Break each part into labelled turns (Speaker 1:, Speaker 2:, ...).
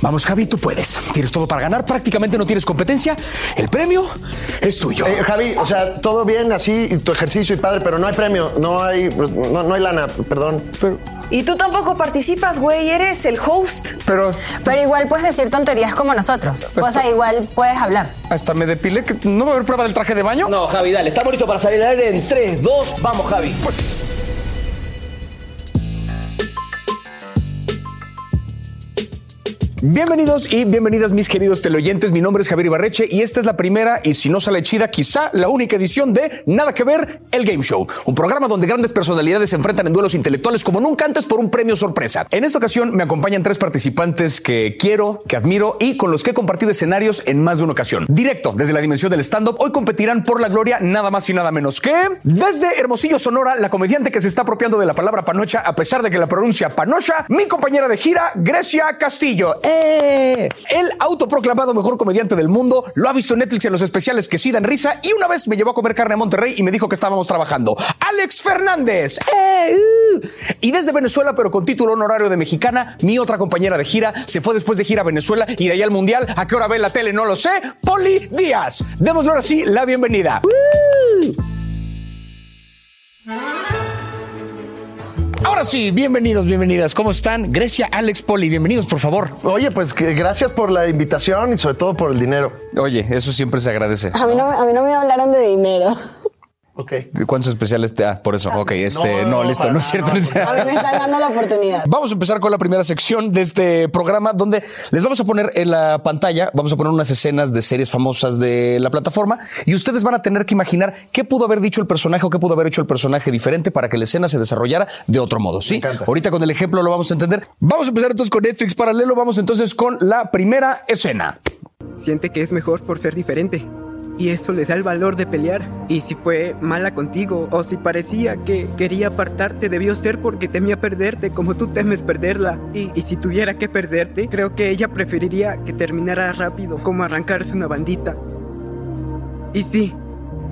Speaker 1: Vamos, Javi, tú puedes. Tienes todo para ganar, prácticamente no tienes competencia. El premio es tuyo.
Speaker 2: Eh, Javi, o sea, todo bien así, y tu ejercicio y padre, pero no hay premio, no hay, no, no hay lana, perdón. Pero-
Speaker 3: Y tú tampoco participas, güey, eres el host.
Speaker 4: Pero
Speaker 5: Pero igual puedes decir tonterías como nosotros. O sea, igual puedes hablar.
Speaker 4: hasta me depilé que no va a haber prueba del traje de baño.
Speaker 6: No, Javi, dale. Estamos listos para salir al aire en 3, 2. Vamos, Javi.
Speaker 4: Bienvenidos y bienvenidas mis queridos teleoyentes, mi nombre es Javier Ibarreche y esta es la primera y si no sale chida quizá la única edición de Nada que ver, el Game Show, un programa donde grandes personalidades se enfrentan en duelos intelectuales como nunca antes por un premio sorpresa. En esta ocasión me acompañan tres participantes que quiero, que admiro y con los que he compartido escenarios en más de una ocasión. Directo desde la dimensión del stand-up, hoy competirán por la gloria nada más y nada menos que desde Hermosillo Sonora, la comediante que se está apropiando de la palabra panocha a pesar de que la pronuncia panocha, mi compañera de gira, Grecia Castillo. ¡Eh! El autoproclamado mejor comediante del mundo lo ha visto en Netflix en los especiales que sí dan risa y una vez me llevó a comer carne a Monterrey y me dijo que estábamos trabajando. Alex Fernández. ¡Eh! ¡Uh! Y desde Venezuela, pero con título honorario de mexicana, mi otra compañera de gira se fue después de gira a Venezuela y de ahí al mundial. ¿A qué hora ve la tele? No lo sé. Poli Díaz. Démosle ahora sí la bienvenida. Ahora sí, bienvenidos, bienvenidas. ¿Cómo están? Grecia, Alex, Poli, bienvenidos, por favor.
Speaker 2: Oye, pues que gracias por la invitación y sobre todo por el dinero.
Speaker 4: Oye, eso siempre se agradece.
Speaker 7: A mí, no, a mí no me hablaron de dinero.
Speaker 2: Ok.
Speaker 4: ¿Cuántos especiales te Ah, por eso. Ok, este, no, listo, no es cierto. no es cierto.
Speaker 7: A mí me están dando la oportunidad.
Speaker 4: Vamos a empezar con la primera sección de este programa donde les vamos a poner en la pantalla, vamos a poner unas escenas de series famosas de la plataforma y ustedes van a tener que imaginar qué pudo haber dicho el personaje o qué pudo haber hecho el personaje diferente para que la escena se desarrollara de otro modo, ¿sí?
Speaker 2: encanta.
Speaker 4: Ahorita con el ejemplo lo vamos a entender. Vamos a empezar entonces con Netflix paralelo, vamos entonces con la primera escena.
Speaker 8: Siente que es mejor por ser diferente. Y eso les da el valor de pelear. Y si fue mala contigo, o si parecía que quería apartarte, debió ser porque temía perderte, como tú temes perderla. Y, y si tuviera que perderte, creo que ella preferiría que terminara rápido, como arrancarse una bandita. Y sí,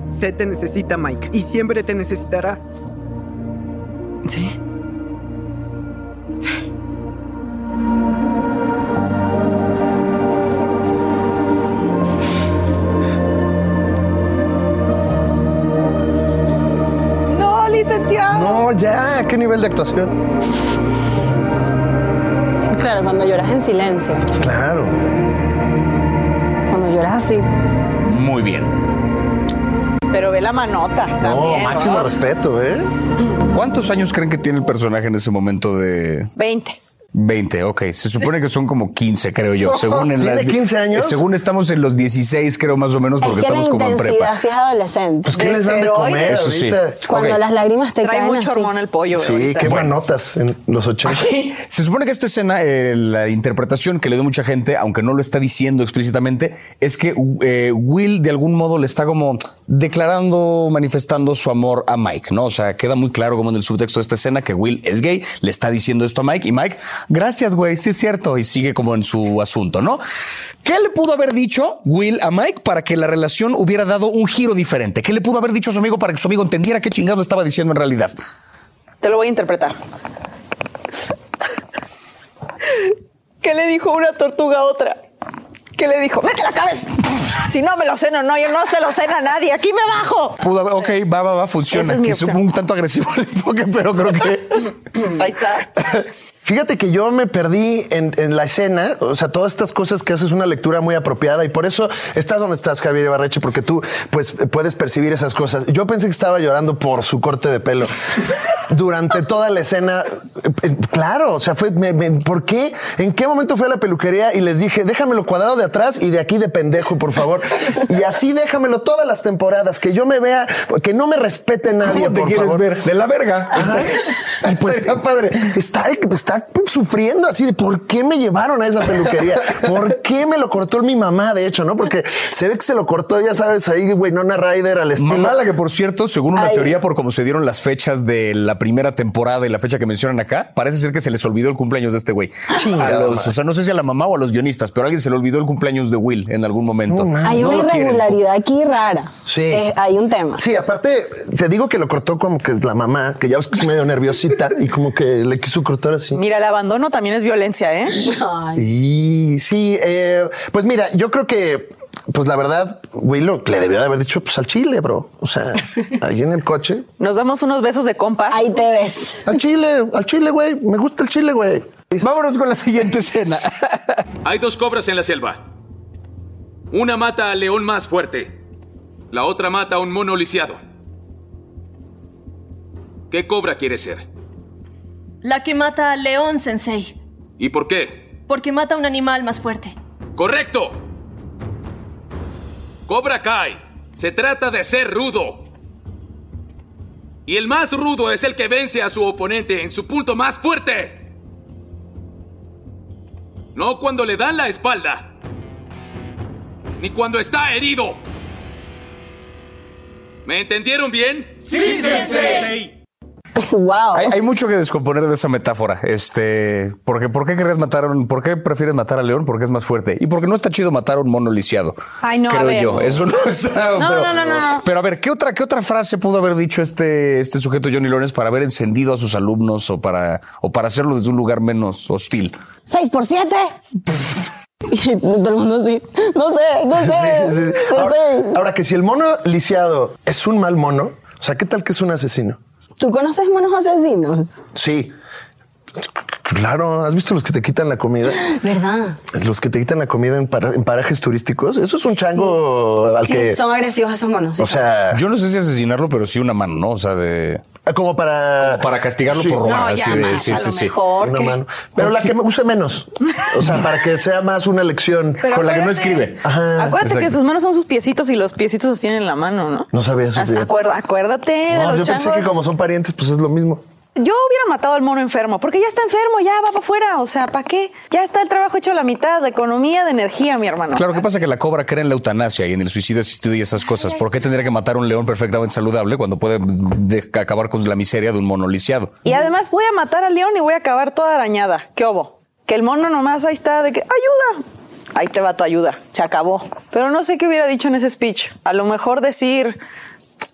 Speaker 8: se te necesita, Mike. Y siempre te necesitará. ¿Sí?
Speaker 3: No, licenciado.
Speaker 2: No, ya, qué nivel de actuación.
Speaker 7: Claro, cuando lloras en silencio,
Speaker 2: Claro.
Speaker 7: cuando lloras así.
Speaker 4: Muy bien.
Speaker 3: Pero ve la manota
Speaker 2: No,
Speaker 3: también.
Speaker 2: máximo respeto, ¿eh?
Speaker 4: ¿Cuántos años creen que tiene el personaje en ese momento de
Speaker 3: 20.
Speaker 4: 20, ok. Se supone que son como 15, creo yo. Según en la-
Speaker 2: ¿Tiene 15 años?
Speaker 4: Según estamos en los 16, creo más o menos,
Speaker 7: Es
Speaker 4: porque
Speaker 7: que la
Speaker 4: estamos como en
Speaker 7: intensidad
Speaker 4: prepa.
Speaker 7: sí es adolescente.
Speaker 2: Pues qué les dan de
Speaker 3: Esteroides.
Speaker 2: comer
Speaker 4: Eso sí.
Speaker 2: ahorita?
Speaker 7: Cuando
Speaker 4: Ok.
Speaker 7: las lágrimas te
Speaker 3: Trae
Speaker 7: caen
Speaker 3: mucho
Speaker 7: así.
Speaker 3: hormón el pollo.
Speaker 2: Sí,
Speaker 3: ahorita.
Speaker 2: qué notas en los 80.
Speaker 4: Se supone que esta escena, eh, la interpretación que le dio mucha gente, aunque no lo está diciendo explícitamente, es que eh, Will de algún modo le está como declarando, manifestando su amor a Mike, ¿no? O sea, queda muy claro como en el subtexto de esta escena que Will es gay, le está diciendo esto a Mike y Mike, gracias, güey, sí es cierto, y sigue como en su asunto, ¿no? ¿Qué le pudo haber dicho Will a Mike para que la relación hubiera dado un giro diferente? ¿Qué le pudo haber dicho a su amigo para que su amigo entendiera qué chingado estaba diciendo en realidad?
Speaker 3: Te lo voy a interpretar. ¿Qué le dijo una tortuga a otra? ¿Qué le dijo? ¡Mete la cabeza! Si no me lo ceno, no, yo no se lo cena a nadie. ¡Aquí me bajo!
Speaker 4: Pudo haber, ok, va, va, va, funciona.
Speaker 3: Esa es mi
Speaker 4: que es
Speaker 3: opción.
Speaker 4: un tanto agresivo el enfoque, pero creo que.
Speaker 3: Ahí está.
Speaker 2: Fíjate que yo me perdí en, en la escena, o sea, todas estas cosas que haces una lectura muy apropiada y por eso estás donde estás, Javier Ibarreche, porque tú pues puedes percibir esas cosas. Yo pensé que estaba llorando por su corte de pelo durante toda la escena. eh, eh, Claro, o sea, fue, me- me- ¿por qué? ¿En qué momento fui a la peluquería y les dije, déjamelo cuadrado de atrás y de aquí de pendejo, por favor? Y así déjamelo todas las temporadas, que yo me vea, que no me respete nadie, por favor.
Speaker 4: De la verga. Este,
Speaker 2: Ajá. Y pues, Está, está sufriendo así de por qué me llevaron a esa peluquería, por qué me lo cortó mi mamá, de hecho, ¿no? Porque se ve que se lo cortó, ya sabes, ahí, güey, Nona Ryder al estilo.
Speaker 4: Mamá, la que por cierto, según una
Speaker 7: Ay.
Speaker 4: teoría por cómo se dieron las fechas de la primera temporada y la fecha que mencionan acá, parece ser que se les olvidó el cumpleaños de este güey.
Speaker 2: Chingada
Speaker 4: A los-
Speaker 2: madre.
Speaker 4: O sea, no sé si a la mamá o a los guionistas, pero a alguien se le olvidó el cumpleaños de Will en algún momento.
Speaker 2: No,
Speaker 7: Hay
Speaker 4: No
Speaker 7: una
Speaker 4: lo quieren.
Speaker 7: irregularidad aquí rara.
Speaker 2: Sí.
Speaker 7: Eh, hay un tema.
Speaker 2: Sí, aparte, te digo que lo cortó como que la mamama, que ya ves que es medio nerviosita y como que le quiso cortar así.
Speaker 3: Mira, el abandono también es violencia, ¿eh?
Speaker 7: Ay,
Speaker 2: Y sí, eh, pues mira, yo creo que, pues la verdad, Willow le debió de haber dicho, pues al chile, bro. O sea, ahí en el coche.
Speaker 3: Nos damos unos besos de compas.
Speaker 7: ahí te ves.
Speaker 2: Al chile, al chile, güey. Me gusta el chile, güey.
Speaker 4: Vámonos con la siguiente escena.
Speaker 9: Hay dos cobras en la selva. Una mata al león más fuerte. La otra mata a un mono lisiado. ¿Qué cobra quieres ser?
Speaker 10: La que mata al león, Sensei.
Speaker 9: ¿Y por qué?
Speaker 10: Porque mata a un animal más fuerte.
Speaker 9: ¡Correcto! Cobra Kai. Se trata de ser rudo. Y el más rudo es el que vence a su oponente en su punto más fuerte. No cuando le dan la espalda. Ni cuando está herido. ¿Me entendieron bien?
Speaker 7: Wow.
Speaker 3: Oh.
Speaker 4: Hay, hay mucho que descomponer de esa metáfora. Este, porque ¿por qué querrías matar a un, por qué prefieres matar al león? Porque es más fuerte. Y porque no está chido matar a un mono lisiado.
Speaker 3: Ay, no, a
Speaker 4: Creo
Speaker 3: ver.
Speaker 4: yo. Eso no está.
Speaker 3: No,
Speaker 4: pero,
Speaker 3: no, no, no, no.
Speaker 4: Pero a ver, ¿qué otra, qué otra frase pudo haber dicho este, este sujeto Johnny Lawrence para haber encendido a sus alumnos o para, o para hacerlo desde un lugar menos hostil?
Speaker 7: ¿Seis por siete? Y todo el mundo así. No sé, no sé.
Speaker 2: Sí, sí, sí.
Speaker 7: No
Speaker 2: Ahora,
Speaker 7: sé.
Speaker 2: ahora que si el mono lisiado es un mal mono, o sea, ¿qué tal que es un asesino?
Speaker 7: ¿Tú conoces monos asesinos?
Speaker 2: Sí. Claro, ¿has visto los que te quitan la comida?
Speaker 7: ¿Verdad?
Speaker 2: Los que te quitan la comida en, para- en parajes turísticos. Eso es un chango al
Speaker 7: Sí,
Speaker 2: que.
Speaker 7: son agresivos esos monos. sí.
Speaker 2: O sea,
Speaker 4: Yo no sé si asesinarlo, pero sí una mano, ¿no? O sea, de.
Speaker 2: como para.
Speaker 4: Para castigarlo
Speaker 2: Sí.
Speaker 4: por robar.
Speaker 3: No,
Speaker 4: así
Speaker 3: ya,
Speaker 4: de-
Speaker 3: más,
Speaker 4: sí,
Speaker 3: a
Speaker 4: sí,
Speaker 3: lo
Speaker 4: sí.
Speaker 3: mejor.
Speaker 2: Una
Speaker 3: que-
Speaker 2: mano. Pero la que me use menos. O sea, para que sea más una lección.
Speaker 4: Con la que no escribe.
Speaker 2: Ajá,
Speaker 3: acuérdate que
Speaker 4: exacto.
Speaker 3: sus manos son sus piecitos y los piecitos los tienen en la mano, ¿no?
Speaker 2: No sabía eso,
Speaker 3: Haz-
Speaker 2: fíjate.
Speaker 3: acuerda- acuérdate de
Speaker 2: No,
Speaker 3: los
Speaker 2: yo pensé
Speaker 3: changos.
Speaker 2: que como son parientes, pues es lo mismo.
Speaker 3: Yo hubiera matado al mono enfermo, porque ya está enfermo, ya va para afuera. O sea, ¿para qué? Ya está el trabajo hecho a la mitad, de economía, de energía, mi hermano.
Speaker 4: Claro, ¿qué pasa? Que la cobra cree en la eutanasia y en el suicidio asistido y esas cosas. ¿Por qué tendría que matar a un león perfectamente saludable cuando puede de- acabar con la miseria de un mono lisiado?
Speaker 3: Y además voy a matar al león y voy a acabar toda arañada. ¿Qué obo? Que el mono nomás ahí está de que ayuda. Ahí te va tu ayuda. Se acabó. Pero no sé qué hubiera dicho en ese speech. A lo mejor decir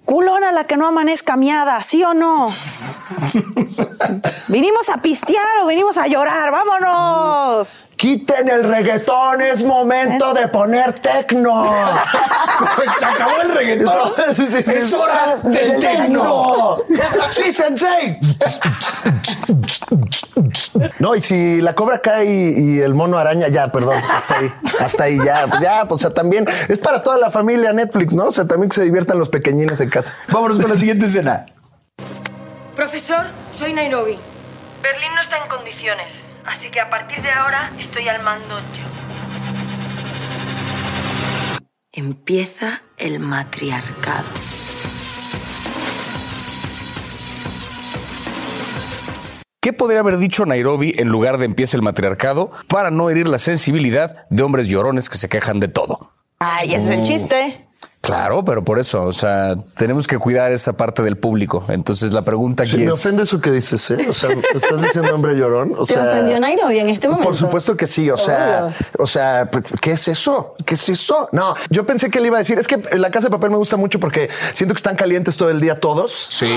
Speaker 3: culona la que no amanezca miada, ¿sí o no? ¿Vinimos a pistear o vinimos a llorar? ¡Vámonos!
Speaker 2: Quiten el reggaetón, es momento de poner tecno.
Speaker 4: Se acabó el reggaetón.
Speaker 2: Sí, sí, sí.
Speaker 4: Es hora del
Speaker 2: tecno. Sí, sensei. No, y si la cobra cae y, y el mono araña, ya, perdón, hasta ahí, hasta ahí, ya, ya, pues, o sea, también es para toda la familia Netflix, ¿no? O sea, también que se diviertan los pequeñines en casa.
Speaker 4: Vámonos con la siguiente escena.
Speaker 10: Profesor, soy Nairobi.
Speaker 11: Berlín no está en condiciones, así que a partir de ahora estoy al mando yo. Empieza el matriarcado.
Speaker 4: ¿Qué podría haber dicho Nairobi en lugar de empiece el matriarcado para no herir la sensibilidad de hombres llorones que se quejan de todo?
Speaker 3: Ay, ese es el chiste.
Speaker 4: Claro, pero por eso, o sea, tenemos que cuidar esa parte del público. Entonces la pregunta aquí
Speaker 2: Sí, me
Speaker 4: es...
Speaker 2: ofende eso que dices, ¿eh? O sea, estás diciendo hombre llorón. O
Speaker 7: ¿Te
Speaker 2: sea,
Speaker 7: ofendió Nairobi en este momento?
Speaker 2: Por supuesto que sí. O sea,
Speaker 7: Obvio.
Speaker 2: o sea, ¿qué es eso? ¿Qué es eso? No, yo pensé que le iba a decir, es que la casa de papel me gusta mucho porque siento que están calientes todo el día todos.
Speaker 4: Sí.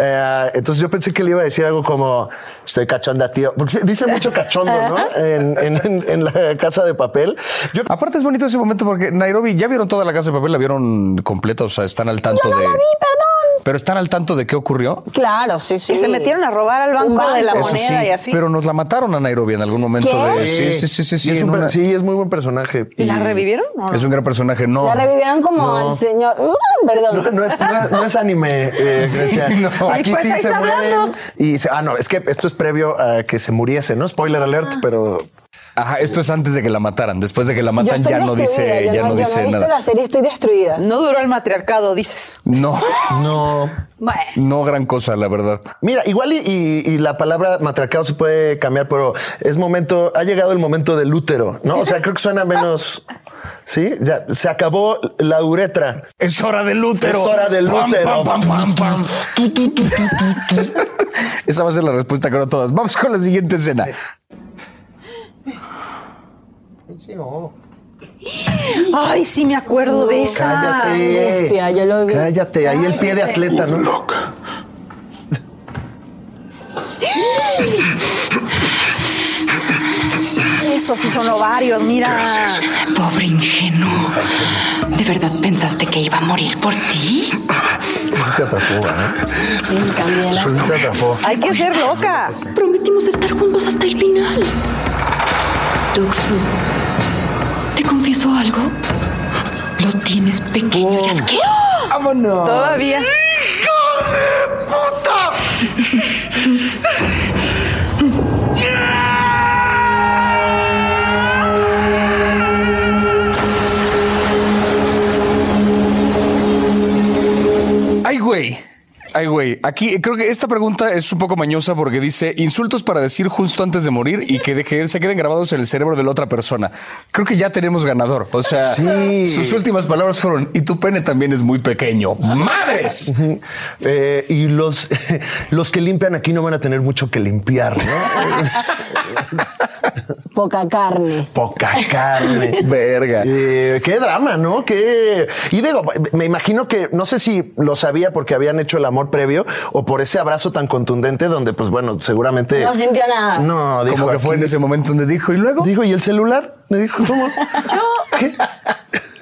Speaker 2: Eh, entonces yo pensé que le iba a decir algo como estoy cachonda, tío. Porque se- dice mucho cachondo, ¿no? En, en- en- en la casa de papel. Yo
Speaker 4: Aparte es bonito ese momento porque Nairobi ya vieron toda la casa de papel, la vieron completa, o sea, están al tanto de.
Speaker 7: la vi, perdón.
Speaker 4: Pero están al tanto de qué ocurrió.
Speaker 7: Claro, sí, sí.
Speaker 3: Que se metieron a robar al banco,
Speaker 7: Un banco.
Speaker 3: de la
Speaker 7: Eso
Speaker 3: moneda y así.
Speaker 4: Pero nos la mataron a Nairobi en algún momento
Speaker 7: ¿Qué?
Speaker 4: de. Sí, sí, sí, sí, sí.
Speaker 2: Y es
Speaker 4: en
Speaker 2: un per-
Speaker 4: una-
Speaker 2: sí, es muy buen personaje.
Speaker 3: ¿Y la revivieron? No, no.
Speaker 4: Es un gran personaje, no.
Speaker 7: La revivieron como al señor. Ah, perdón.
Speaker 2: No, no es, no es- no es anime, eh, Grecia.
Speaker 4: no.
Speaker 2: Aquí
Speaker 3: Y pues
Speaker 2: sí
Speaker 3: ahí
Speaker 2: se
Speaker 3: está
Speaker 2: mueren
Speaker 3: hablando.
Speaker 2: y se- ah no, es que esto es previo a que se muriese, ¿no? Spoiler alert,
Speaker 3: Ah.
Speaker 2: pero
Speaker 4: Ajá, esto es antes de que la mataran. Después de que la
Speaker 7: yo
Speaker 4: matan
Speaker 7: estoy
Speaker 4: ya no
Speaker 7: destruida,
Speaker 4: dice,
Speaker 7: yo
Speaker 4: ya
Speaker 7: no,
Speaker 4: no
Speaker 7: yo no he
Speaker 4: dice
Speaker 7: visto
Speaker 4: nada.
Speaker 7: la serie, estoy destruida.
Speaker 3: No duró el matriarcado, dices.
Speaker 4: No,
Speaker 2: no.
Speaker 3: Bueno.
Speaker 4: no gran cosa, la verdad.
Speaker 2: Mira, igual y, y- y la palabra matracado se puede cambiar, pero es momento, ha llegado el momento del útero, ¿no? O sea, creo que suena menos. Sí, ya, se acabó la uretra.
Speaker 4: Es hora del útero.
Speaker 2: Es hora del
Speaker 4: Pam,
Speaker 2: útero.
Speaker 4: pam, pam, pam, pam. Esa va a ser la respuesta que no todas. Vamos con la siguiente escena.
Speaker 3: Ay, sí me acuerdo de esa.
Speaker 2: Cállate.
Speaker 7: Hostia, yo lo vi.
Speaker 2: Cállate, ahí el pie de atleta, ¿no?
Speaker 3: huesos y son ovarios, mira.
Speaker 12: Pobre ingenuo. ¿De verdad pensaste que iba a morir por ti?
Speaker 2: Sí, sí te atrapó, ¿eh?
Speaker 12: Sí, cambié
Speaker 2: Sí, sí te atrapó.
Speaker 3: Hay que ser loca.
Speaker 2: pues
Speaker 12: Prometimos estar juntos hasta el final. Duxu, ¿te confieso algo? Lo tienes pequeño y asqueroso.
Speaker 4: ¡Vámonos!
Speaker 3: Todavía.
Speaker 12: ¡Puta!
Speaker 4: Ay, güey. Ay, güey. Aquí eh, creo que esta pregunta es un poco mañosa porque dice insultos para decir justo antes de morir y que deje- se queden grabados en el cerebro de la otra persona. Creo que ya tenemos ganador. O sea,
Speaker 2: Sí.
Speaker 4: sus últimas palabras fueron y tu pene también es muy pequeño. ¡Madres!
Speaker 2: Ujú. Eh, y los, los que limpian aquí no van a tener mucho que limpiar, ¿no?
Speaker 7: Poca carne.
Speaker 2: Poca carne.
Speaker 4: Verga.
Speaker 2: Eh, qué drama, ¿no? Qué... Y digo, me imagino que, no sé si lo sabía porque habían hecho el amor previo o por ese abrazo tan contundente donde, pues bueno, seguramente...
Speaker 7: No sintió nada.
Speaker 2: No, dijo...
Speaker 4: Como que fue en
Speaker 2: aquí-
Speaker 4: ese momento donde dijo y luego.
Speaker 2: Dijo, ¿y el celular? Me dijo, ¿cómo?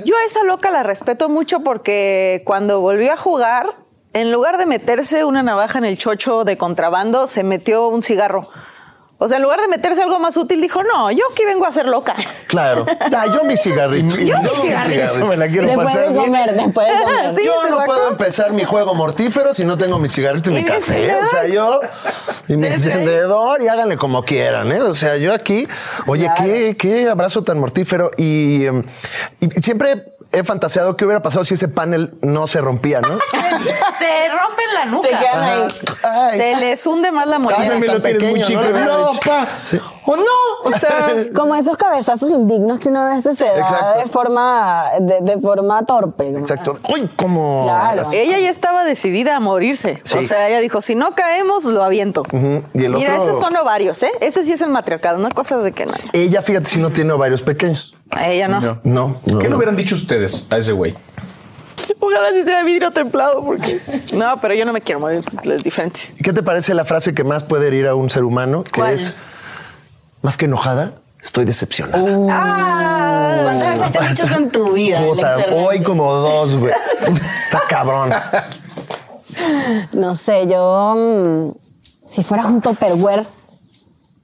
Speaker 3: Yo a esa loca la respeto mucho porque cuando volvió a jugar, en lugar de meterse una navaja en el chocho de contrabando, se metió un cigarro. O sea, en lugar de meterse algo más útil, dijo, no, yo aquí vengo a ser loca.
Speaker 2: Claro. Ah, yo mi cigarrito.
Speaker 3: Yo mi cigarrito.
Speaker 4: Eso me la quiero
Speaker 7: después
Speaker 4: pasar
Speaker 7: de
Speaker 4: bien.
Speaker 7: comer, después de comer.
Speaker 3: Sí,
Speaker 2: yo
Speaker 3: se
Speaker 2: no
Speaker 3: sacó.
Speaker 2: puedo empezar mi juego mortífero si no tengo mi cigarrito y mi
Speaker 3: Y mi
Speaker 2: café.
Speaker 3: celular.
Speaker 2: O sea, yo y mi encendedor y háganle como quieran, ¿eh? O sea, yo aquí, oye, qué, qué abrazo tan mortífero. Y, em, y siempre he fantaseado qué hubiera pasado si ese panel no se rompía, ¿no?
Speaker 3: se rompen la nuca.
Speaker 7: Se quedan ahí.
Speaker 2: Ay.
Speaker 3: Se les hunde más la
Speaker 2: Ay,
Speaker 4: Tú
Speaker 3: mochila.
Speaker 4: también
Speaker 2: tan
Speaker 4: lo tienes muy
Speaker 2: pequeño,
Speaker 4: chico.
Speaker 2: ¿no? Le hubiera
Speaker 4: No,
Speaker 2: dicho.
Speaker 4: pa.
Speaker 2: Sí.
Speaker 4: O no. O sea.
Speaker 7: Como esos cabezazos indignos que una vez se da
Speaker 2: Exacto.
Speaker 7: de forma de, de forma torpe.
Speaker 2: Exacto. Uy, como.
Speaker 7: Claro.
Speaker 3: Ella ya estaba decidida a morirse.
Speaker 2: Sí.
Speaker 3: O sea, ella dijo, si no caemos, lo aviento.
Speaker 2: Ujú. Y el
Speaker 3: Mira,
Speaker 2: otro-
Speaker 3: esos son ovarios, ¿eh? Ese sí es el matriarcado, no cosas de que no.
Speaker 2: Ella, fíjate, si no tiene ovarios pequeños.
Speaker 3: A ella no.
Speaker 4: No.
Speaker 2: No. no,
Speaker 4: ¿Qué le
Speaker 2: no.
Speaker 4: hubieran dicho ustedes a ese güey?
Speaker 3: Ojalá sí sea vidrio templado, porque... No, pero yo no me quiero morir, es diferente.
Speaker 2: ¿Qué te parece la frase que más puede herir a un ser humano? Que
Speaker 7: ¿Cuál?
Speaker 2: es más que enojada, estoy decepcionada.
Speaker 7: Uh, Ah, ¿Cuántas veces te has dicho eso en tu vida?
Speaker 2: Puta,
Speaker 7: Alex Fernández?
Speaker 2: hoy como dos, güey. Está cabrón.
Speaker 7: No sé, yo. mm, si fueras un topperware,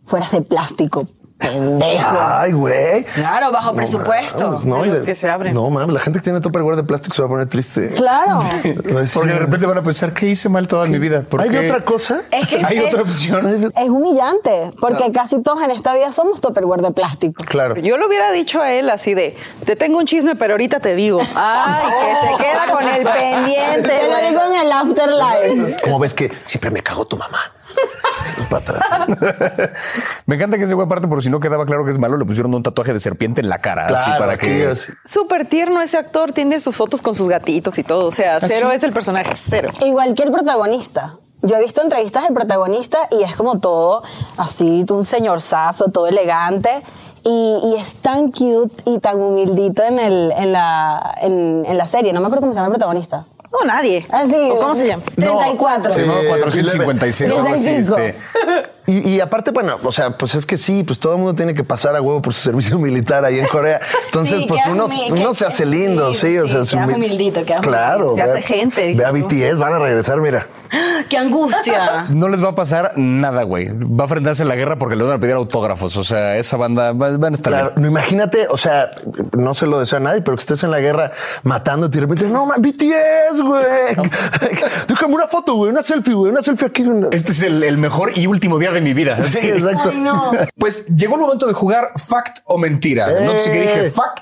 Speaker 7: fueras de plástico, pendejo.
Speaker 4: Ah,
Speaker 2: Ay, güey.
Speaker 7: Claro, bajo presupuesto.
Speaker 2: Mames, no,
Speaker 3: de los
Speaker 2: y-
Speaker 3: que se abren.
Speaker 2: No, mames, la gente que tiene topperware de plástico se va a poner triste.
Speaker 7: Claro.
Speaker 2: Va a decir,
Speaker 4: Porque de repente van a pensar que hice mal toda mi vida. ¿Por
Speaker 2: ¿Hay
Speaker 4: qué?
Speaker 2: otra cosa?
Speaker 7: Es que
Speaker 4: Hay
Speaker 7: es-
Speaker 4: otra opción.
Speaker 7: Es humillante, porque casi todos en esta vida somos topperware de plástico.
Speaker 2: Claro.
Speaker 3: Yo le hubiera dicho a él así de, te tengo un chisme, pero ahorita te digo. Ay, que se queda con el pendiente.
Speaker 7: Te lo
Speaker 3: güey.
Speaker 7: digo en el afterlife.
Speaker 2: ¿Cómo ves que siempre me cagó tu mamá? Para atrás.
Speaker 4: Me encanta que ese güey, aparte, por si no quedaba claro que es malo, le pusieron un tatuaje de serpiente en la cara. así
Speaker 2: Claro,
Speaker 4: Ah, para que.
Speaker 2: aquellos-
Speaker 3: Súper tierno ese actor, tiene sus fotos con sus gatitos y todo. O
Speaker 2: ¿Ah,
Speaker 3: sea, cero es el personaje, cero.
Speaker 7: Igual que el protagonista. Yo he visto entrevistas del protagonista y es como todo así, un señorzazo, todo elegante. Y, y es tan cute y tan humildito en, el, en, la, en, en la serie. No me acuerdo cómo se llama el protagonista.
Speaker 3: No, nadie.
Speaker 7: Ah, sí.
Speaker 3: ¿O ¿Cómo se llama?
Speaker 7: 34.
Speaker 4: Se llamaba
Speaker 2: Eh,
Speaker 4: 456 o algo así.
Speaker 7: 35.
Speaker 4: este.
Speaker 2: Y, y aparte, bueno, o sea, pues es que sí, pues todo el mundo tiene que pasar a huevo por su servicio militar ahí en Corea. Entonces,
Speaker 7: Sí,
Speaker 2: pues
Speaker 7: quedas
Speaker 2: uno,
Speaker 7: humil-
Speaker 2: uno
Speaker 7: que-
Speaker 2: se hace
Speaker 7: que-
Speaker 2: lindo, sí,
Speaker 7: sí,
Speaker 2: o
Speaker 7: sí,
Speaker 2: sea, su-
Speaker 7: quedas humildito, quedas
Speaker 2: Claro.
Speaker 3: humilde. Se
Speaker 2: ve a-
Speaker 3: hace gente,
Speaker 2: Ve
Speaker 3: dices
Speaker 2: a
Speaker 3: tú.
Speaker 2: BTS, van a regresar, mira.
Speaker 10: Ah,
Speaker 7: ¡Qué angustia!
Speaker 4: No les va a pasar nada, güey. Va a enfrentarse a la guerra porque le van a pedir autógrafos. O sea, esa banda va- van a estar.
Speaker 2: Claro, no imagínate, o sea, no se lo deseo a nadie, pero que estés en la guerra matándote y de repente, no, man, BTS, güey. Déjame una foto, güey, una selfie, güey, una selfie aquí. una-
Speaker 4: Este es el, el mejor y último día de mi vida.
Speaker 2: Sí, exacto.
Speaker 4: Pues llegó el momento de jugar fact o mentira.
Speaker 2: Eh.
Speaker 4: No sé qué dije fact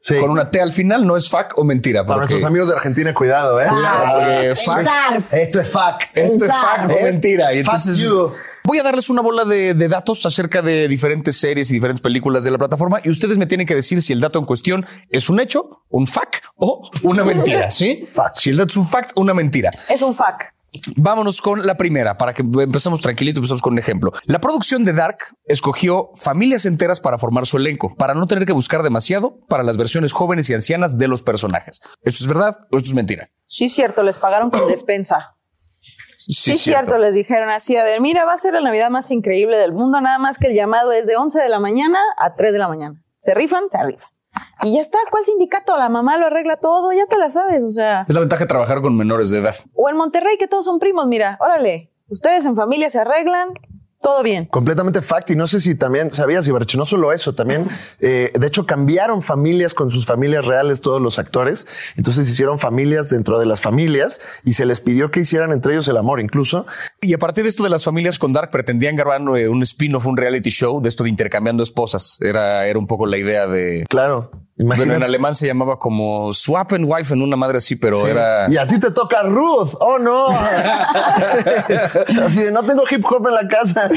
Speaker 2: Sí.
Speaker 4: con una T al final, no es fact o mentira.
Speaker 2: Para
Speaker 4: porque-
Speaker 2: nuestros amigos de Argentina, cuidado, eh.
Speaker 4: Claro, porque fact
Speaker 7: Sarf.
Speaker 2: Esto es fact.
Speaker 4: Esto Este es
Speaker 7: Pensar,
Speaker 4: fact o
Speaker 2: ¿eh?
Speaker 4: mentira. Y
Speaker 2: Fuck
Speaker 4: entonces
Speaker 2: you.
Speaker 4: voy a darles una bola de, de datos acerca de diferentes series y diferentes películas de la plataforma y ustedes me tienen que decir si el dato en cuestión es un hecho, un fact o una mentira, ¿sí? Si el dato es un fact o una mentira.
Speaker 3: Es un fuck.
Speaker 4: Vámonos con la primera para que empecemos tranquilito, empezamos con un ejemplo. La producción de Dark escogió familias enteras para formar su elenco, para no tener que buscar demasiado para las versiones jóvenes y ancianas de los personajes. ¿Esto es verdad o esto es mentira?
Speaker 3: Sí, cierto, les pagaron con despensa. Sí, es cierto. les dijeron así, a ver, mira, va a ser la Navidad más increíble del mundo, nada más que el llamado es de 11 de la mañana a 3 de la mañana. ¿Se rifan? Se rifan. Y ya está, ¿cuál sindicato? La mamá lo arregla todo, ya te la sabes, o sea.
Speaker 4: Es la ventaja de trabajar con menores de edad.
Speaker 3: O en Monterrey, que todos son primos, mira, órale, ustedes en familia se arreglan, todo bien.
Speaker 2: Completamente fact. Y no sé si también sabías, Ibarreche, no solo eso, también, eh, de hecho, cambiaron familias con sus familias reales todos los actores. Entonces hicieron familias dentro de las familias y se les pidió que hicieran entre ellos el amor, incluso.
Speaker 4: Y a partir de esto de las familias con Dark, pretendían grabar eh, un spin-off, un reality show de esto de intercambiando esposas. Era, era un poco la idea de.
Speaker 2: Claro.
Speaker 4: Bueno, en alemán se llamaba como Swappen Wife en una madre así, pero
Speaker 2: Sí.
Speaker 4: era.
Speaker 2: Y a ti te toca Ruth. Oh, no. Así de, no tengo hip hop en la casa.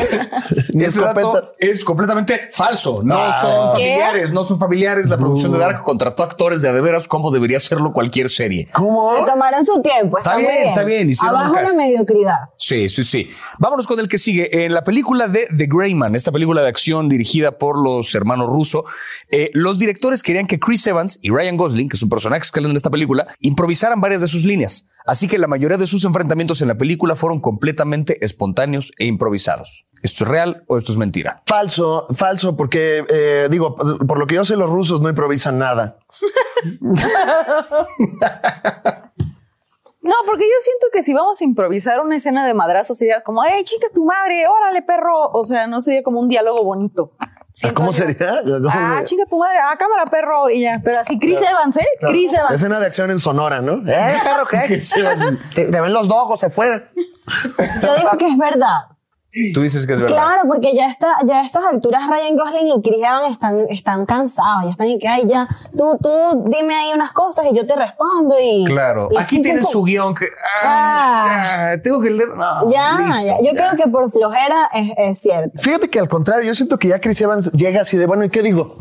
Speaker 2: Ni
Speaker 4: Ese dato
Speaker 2: escopetas.
Speaker 4: es completamente falso. No
Speaker 2: Ah.
Speaker 4: son
Speaker 2: ¿Qué?
Speaker 4: familiares, no son familiares. La producción de Dark contrató actores de a de veras como debería hacerlo cualquier serie.
Speaker 2: ¿Cómo?
Speaker 7: Se tomaron su tiempo.
Speaker 4: Está
Speaker 7: Está, muy
Speaker 4: bien,
Speaker 7: bien,
Speaker 4: está bien, hicieron un
Speaker 7: Abajo la
Speaker 4: casting.
Speaker 7: mediocridad.
Speaker 4: Sí, sí, sí. Vámonos con el que sigue. En la película de The Greyman, esta película de acción dirigida por los hermanos Russo, eh, los directores querían que Chris Evans y Ryan Gosling, que son personajes que salen en esta película, improvisaran varias de sus líneas. Así que la mayoría de sus enfrentamientos en la película fueron completamente espontáneos e improvisados. ¿Esto es real o esto es mentira?
Speaker 2: Falso, falso, porque eh, digo, por lo que yo sé, los rusos no improvisan nada.
Speaker 3: No, porque yo siento que si vamos a improvisar una escena de madrazo sería como, ¡eh, chica tu madre! ¡Órale, perro! O sea, no sería como un diálogo bonito.
Speaker 2: Ah, ¿Cómo sería? ¿Cómo
Speaker 3: Ah,
Speaker 2: sería?
Speaker 3: chinga tu madre, ah, cámara, perro, y ya. Pero así, Chris Evans, ¿eh?
Speaker 2: Claro.
Speaker 3: Chris Evans.
Speaker 2: Escena de acción en Sonora, ¿no? ¿Eh, perro qué? te, te ven los dogos, se fueron.
Speaker 7: Yo digo que es verdad.
Speaker 4: Tú dices que es verdad.
Speaker 7: Claro, porque ya está, ya a estas alturas Ryan Gosling y Chris Evans están, están cansados, ya están en que, ay, ya, tú, tú dime ahí unas cosas y yo te respondo y...
Speaker 4: Claro.
Speaker 7: y-
Speaker 4: Aquí tienen su guión que... ah, ah, tengo que leer... no,
Speaker 7: Ya,
Speaker 4: listo,
Speaker 7: ya. yo
Speaker 4: ya.
Speaker 7: creo que por flojera es, es cierto.
Speaker 2: Fíjate que al contrario, yo siento que ya Chris Evans llega así de, bueno, ¿y qué digo?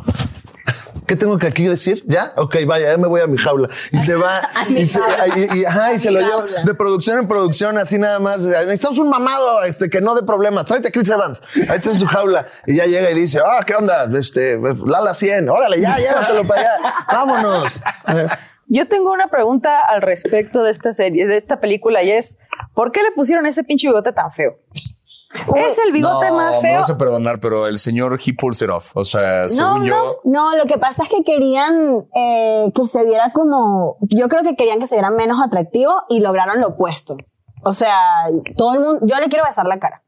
Speaker 2: ¿Qué tengo que aquí decir? ¿Ya? Ok, vaya, ya me voy a mi jaula. Y se va, y se, y- y- ajá, y se lo lleva de producción en producción, así nada más. Necesitamos un mamado, este, que no dé problemas. Tráete a Chris Evans. Ahí está en su jaula. Y ya llega y dice, ah, ¿qué onda? Este, Lala 100. Órale, ya, llévatelo para allá. Vámonos.
Speaker 3: Yo tengo una pregunta al respecto de esta serie, de esta película, y es: ¿por qué le pusieron ese pinche bigote tan feo? es el bigote
Speaker 4: No,
Speaker 3: más
Speaker 4: Me
Speaker 3: feo.
Speaker 4: vas a perdonar, pero el señor he pulls it off. O sea, según yo.
Speaker 7: No, lo que pasa es que querían eh, que se viera como, yo creo que querían que se viera menos atractivo y lograron lo opuesto. O sea, todo el mundo, yo le quiero besar la cara.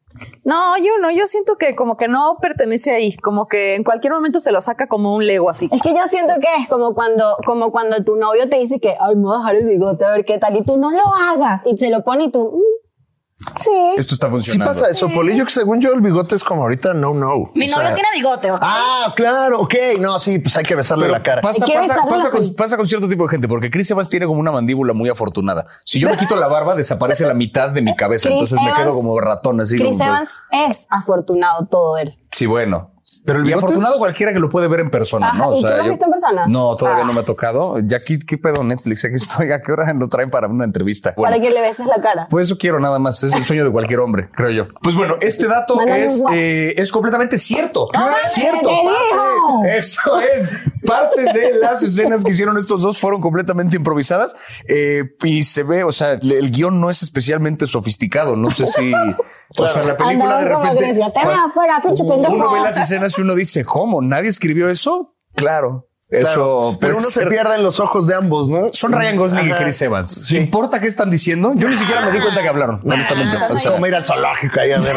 Speaker 3: No, yo no, yo siento que como que no pertenece ahí, como que en cualquier momento se lo saca como un lego así.
Speaker 7: Es que yo siento que es como cuando, como cuando tu novio te dice que, ay, me voy a dejar el bigote a ver qué tal, y tú no lo hagas, y se lo pone y tú, "Mm, sí.
Speaker 4: Esto está funcionando.
Speaker 2: Sí pasa eso, Polillo, que según yo el bigote es como ahorita no, no.
Speaker 5: Mi
Speaker 2: O
Speaker 5: novio
Speaker 2: sea,
Speaker 5: tiene bigote, ¿ok?
Speaker 2: Ah, claro, ok. No, sí, pues hay que besarle la cara.
Speaker 4: Pasa, pasa, pasa con, pasa con cierto tipo de gente, porque Chris Evans tiene como una mandíbula muy afortunada. Si yo me quito la barba, desaparece la mitad de mi cabeza,
Speaker 7: Chris
Speaker 4: entonces me quedo
Speaker 7: Evans-
Speaker 4: como ratón así.
Speaker 7: Chris
Speaker 4: como-
Speaker 7: Evans es afortunado todo él.
Speaker 4: Sí, bueno.
Speaker 2: Pero el
Speaker 4: y
Speaker 2: bigote
Speaker 4: afortunado
Speaker 2: es-
Speaker 4: cualquiera que lo puede ver en persona,
Speaker 7: Ajá,
Speaker 4: ¿no? O
Speaker 7: ¿y tú
Speaker 4: sea,
Speaker 7: lo has
Speaker 4: yo-
Speaker 7: visto en persona? Ah.
Speaker 4: No, todavía no me ha tocado. Ya aquí, ¿qué pedo Netflix? Aquí estoy. ¿A qué hora lo traen para una entrevista? Bueno,
Speaker 7: Para que le beses la cara.
Speaker 4: Pues eso quiero nada más. Es el sueño de cualquier hombre, creo yo. Pues bueno, este dato
Speaker 7: Mándale un
Speaker 4: es,
Speaker 7: WhatsApp.
Speaker 4: eh, es completamente cierto.
Speaker 7: No mames,
Speaker 4: cierto.
Speaker 7: Ah, ¿qué dijo?
Speaker 4: Eso es. Parte de las escenas que hicieron estos dos fueron completamente improvisadas eh, y se ve, o sea, le- el guión no es especialmente sofisticado. No sé si. O sea, la película
Speaker 7: Andaban
Speaker 4: de
Speaker 7: como
Speaker 4: repente.
Speaker 7: Grecia, te vas
Speaker 4: cuan-
Speaker 7: afuera, pinche pendejo.
Speaker 4: Uno ve las escenas y uno dice, ¿cómo? ¿Nadie escribió eso? Claro. Eso.
Speaker 2: Claro, pero uno se pierde en los ojos de ambos, ¿no?
Speaker 4: Son Ryan Gosling
Speaker 2: Ajá.
Speaker 4: y Chris Evans. ¿Importa qué están diciendo? Yo ni siquiera me di cuenta que hablaron, honestamente.
Speaker 5: Ah,
Speaker 2: Es
Speaker 4: O sea,
Speaker 2: como ir al zoológico ahí a ver.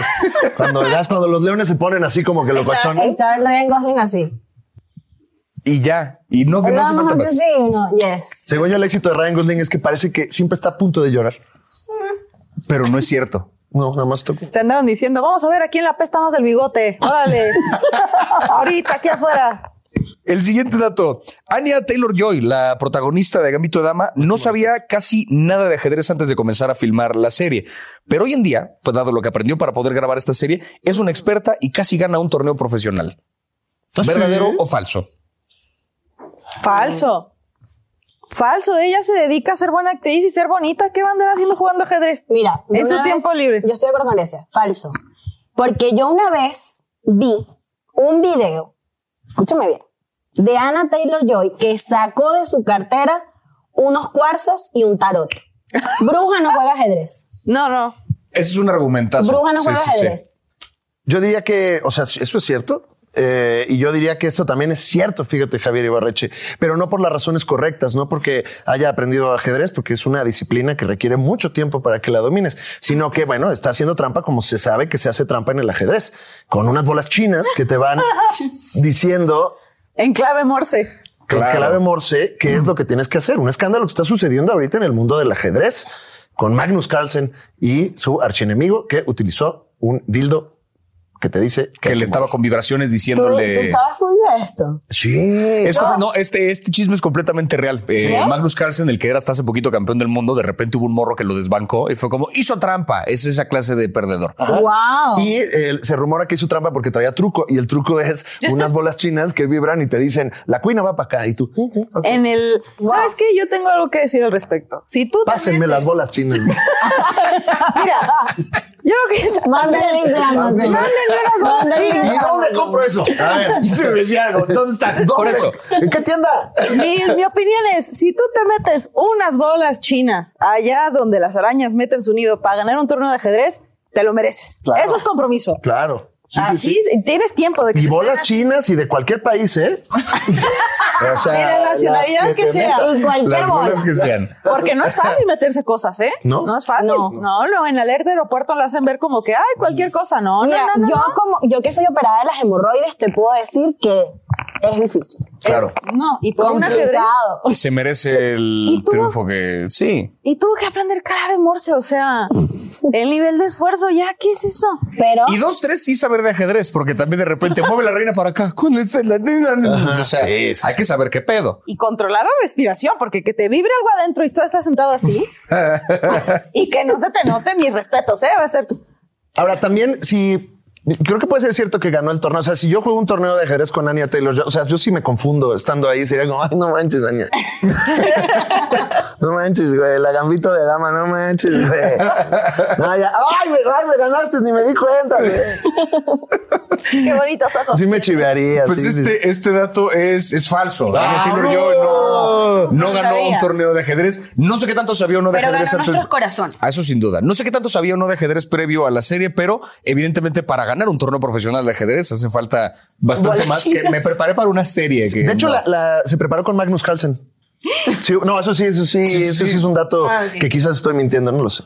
Speaker 2: Cuando, ya es cuando los leones se ponen así como que
Speaker 7: Está,
Speaker 2: locochones.
Speaker 7: está el Ryan Gosling así.
Speaker 4: y ya. Y no, que no hace
Speaker 7: Vamos
Speaker 4: falta
Speaker 7: a hacer
Speaker 4: más.
Speaker 7: así, uno, yes.
Speaker 2: Según yo, el éxito de Ryan Gosling es que parece que siempre está a punto de llorar.
Speaker 4: Pero no es cierto.
Speaker 2: No, nada más toco.
Speaker 3: Se andaron diciendo, vamos a ver a quién le apesta más el bigote. Órale. Ahorita, aquí afuera.
Speaker 4: El siguiente dato. Anya Taylor Joy, la protagonista de Gambito de Dama, no sabía casi nada de ajedrez antes de comenzar a filmar la serie. Pero hoy en día, pues dado lo que aprendió para poder grabar esta serie, es una experta y casi gana un torneo profesional. ¿Verdadero o falso?
Speaker 3: Falso. Falso. Ella se dedica a ser buena actriz y ser bonita. ¿Qué bandera haciendo jugando ajedrez?
Speaker 7: Mira, yo
Speaker 3: en su
Speaker 7: una
Speaker 3: tiempo
Speaker 7: vez-
Speaker 3: libre.
Speaker 7: Yo estoy de acuerdo con Grecia, falso. Porque yo una vez vi un video, escúchame bien, de Anna Taylor Joy que sacó de su cartera unos cuarzos y un tarot. Bruja no juega ajedrez.
Speaker 3: No, no.
Speaker 4: Ese es un argumentazo.
Speaker 7: Bruja no
Speaker 4: Sí,
Speaker 7: juega
Speaker 4: sí, sí.
Speaker 7: ajedrez.
Speaker 2: Yo diría que, o sea, eso es cierto. eh, y yo diría que esto también es cierto, fíjate, Javier Ibarreche, pero no por las razones correctas, no porque haya aprendido ajedrez, porque es una disciplina que requiere mucho tiempo para que la domines, sino que, bueno, está haciendo trampa como se sabe que se hace trampa en el ajedrez, con unas bolas chinas que te van diciendo
Speaker 3: En clave morse.
Speaker 2: claro. clave Morse, ¿qué es lo que tienes que hacer? Un escándalo que está sucediendo ahorita en el mundo del ajedrez con Magnus Carlsen y su archienemigo que utilizó un dildo que te dice que,
Speaker 4: Que le estaba con vibraciones
Speaker 7: ¿Tú, tú
Speaker 4: diciéndole.
Speaker 7: sabes full de esto?
Speaker 2: Sí.
Speaker 4: Es
Speaker 7: No.
Speaker 4: como- no, este, este chisme es completamente real. Eh,
Speaker 7: ¿Sí?
Speaker 4: Magnus Carlsen, el que era hasta hace poquito campeón del mundo, de repente hubo un morro que lo desbancó y fue como hizo trampa. Es esa clase de perdedor.
Speaker 2: Ajá.
Speaker 7: Wow.
Speaker 2: Y eh, se rumora que hizo trampa porque traía truco y el truco es unas bolas chinas que vibran y te dicen la cuina va para acá y tú "Sí, sí, ok".
Speaker 3: En el. ¿Sabes qué? Yo tengo algo que decir al respecto. Si tú.
Speaker 2: pásenme las bolas chinas.
Speaker 3: Yo lo que.
Speaker 7: Mándenle en Amazon.
Speaker 3: Mándenle unas bolas
Speaker 7: Mándenle
Speaker 2: ¿Y
Speaker 7: en
Speaker 2: dónde
Speaker 7: Amazon.
Speaker 2: compro eso? A ver,
Speaker 4: Se me decía algo. ¿Dónde están? Por
Speaker 2: ¿dónde?
Speaker 4: eso.
Speaker 2: ¿En qué tienda?
Speaker 3: Mi, mi opinión es, si tú te metes unas bolas chinas allá donde las arañas meten su nido para ganar un torneo de ajedrez, te lo mereces.
Speaker 2: Claro.
Speaker 3: Eso es compromiso.
Speaker 2: Claro. Sí, sí,
Speaker 3: Así
Speaker 2: sí.
Speaker 3: tienes tiempo de que
Speaker 2: Y
Speaker 3: te
Speaker 2: bolas
Speaker 3: salgan
Speaker 2: chinas y de cualquier país, ¿eh? O sea,
Speaker 3: De la
Speaker 2: las
Speaker 3: nacionalidad que
Speaker 2: te
Speaker 3: sea. Pues,
Speaker 2: metas,
Speaker 7: Y cualquier
Speaker 2: las bolas
Speaker 7: bola.
Speaker 2: que sean.
Speaker 3: Porque no es fácil meterse cosas, ¿eh?
Speaker 2: ¿No?
Speaker 3: es fácil. No,
Speaker 7: No.
Speaker 3: no, en alerta aeropuerto lo hacen ver como que, ay, cualquier cosa. No, no,
Speaker 7: Mira,
Speaker 3: no, no.
Speaker 7: yo,
Speaker 3: no.
Speaker 7: Como, yo que soy operada de las hemorroides, te puedo decir que es difícil.
Speaker 4: Claro.
Speaker 7: No, y
Speaker 3: ¿Con un ajedrez?
Speaker 7: complicado.
Speaker 4: Se merece el
Speaker 3: ¿Y tú?
Speaker 4: triunfo que sí.
Speaker 3: Y tuvo que aprender clave morse, o sea, el nivel de esfuerzo ya, ¿qué es eso?
Speaker 7: Pero
Speaker 4: Y dos, tres, sí saber de ajedrez, porque también de repente mueve la reina para acá. Con esta, la, la- la- o sea,
Speaker 2: sí, sí,
Speaker 4: hay que saber qué pedo.
Speaker 3: Y controlar la respiración, porque que te vibre algo adentro y tú estás sentado así y que no se te note mis respetos, ¿eh? Va a ser...
Speaker 2: Ahora también, si creo que puede ser cierto que ganó el torneo. O sea, si yo juego un torneo de ajedrez con Anya Taylor, yo- o sea, yo sí me confundo estando ahí. Sería como, ay, no manches, Anya. no manches, güey. La gambita de dama, no manches, güey. No, ya, ay, me, ay, me ganaste, ni me di cuenta, güey.
Speaker 3: Qué bonitos ojos.
Speaker 2: Sí me chivearía.
Speaker 4: Pues
Speaker 2: sí, sí.
Speaker 4: este, este dato es, es falso. Daniel
Speaker 2: Ah,
Speaker 4: Taylor
Speaker 2: no.
Speaker 4: Joy no, no
Speaker 5: No
Speaker 4: ganó
Speaker 5: sabía.
Speaker 4: un torneo de ajedrez. No sé qué tanto sabía o no de
Speaker 5: Pero
Speaker 4: ajedrez
Speaker 5: ganó
Speaker 4: antes.
Speaker 5: nuestros corazones.
Speaker 4: A eso sin duda. No sé qué tanto sabía o no de ajedrez previo a la serie, pero evidentemente para ganar un torneo profesional de ajedrez hace falta bastante
Speaker 3: Bolas
Speaker 4: más que
Speaker 3: chinas.
Speaker 4: me preparé para una serie. que
Speaker 2: De hecho,
Speaker 4: no.
Speaker 2: la, la- se preparó con Magnus Carlsen. Sí, no, eso sí, eso sí,
Speaker 4: Sí,
Speaker 2: eso
Speaker 4: sí.
Speaker 2: sí es un dato
Speaker 5: Ah, ok.
Speaker 2: que quizás estoy mintiendo, no lo sé.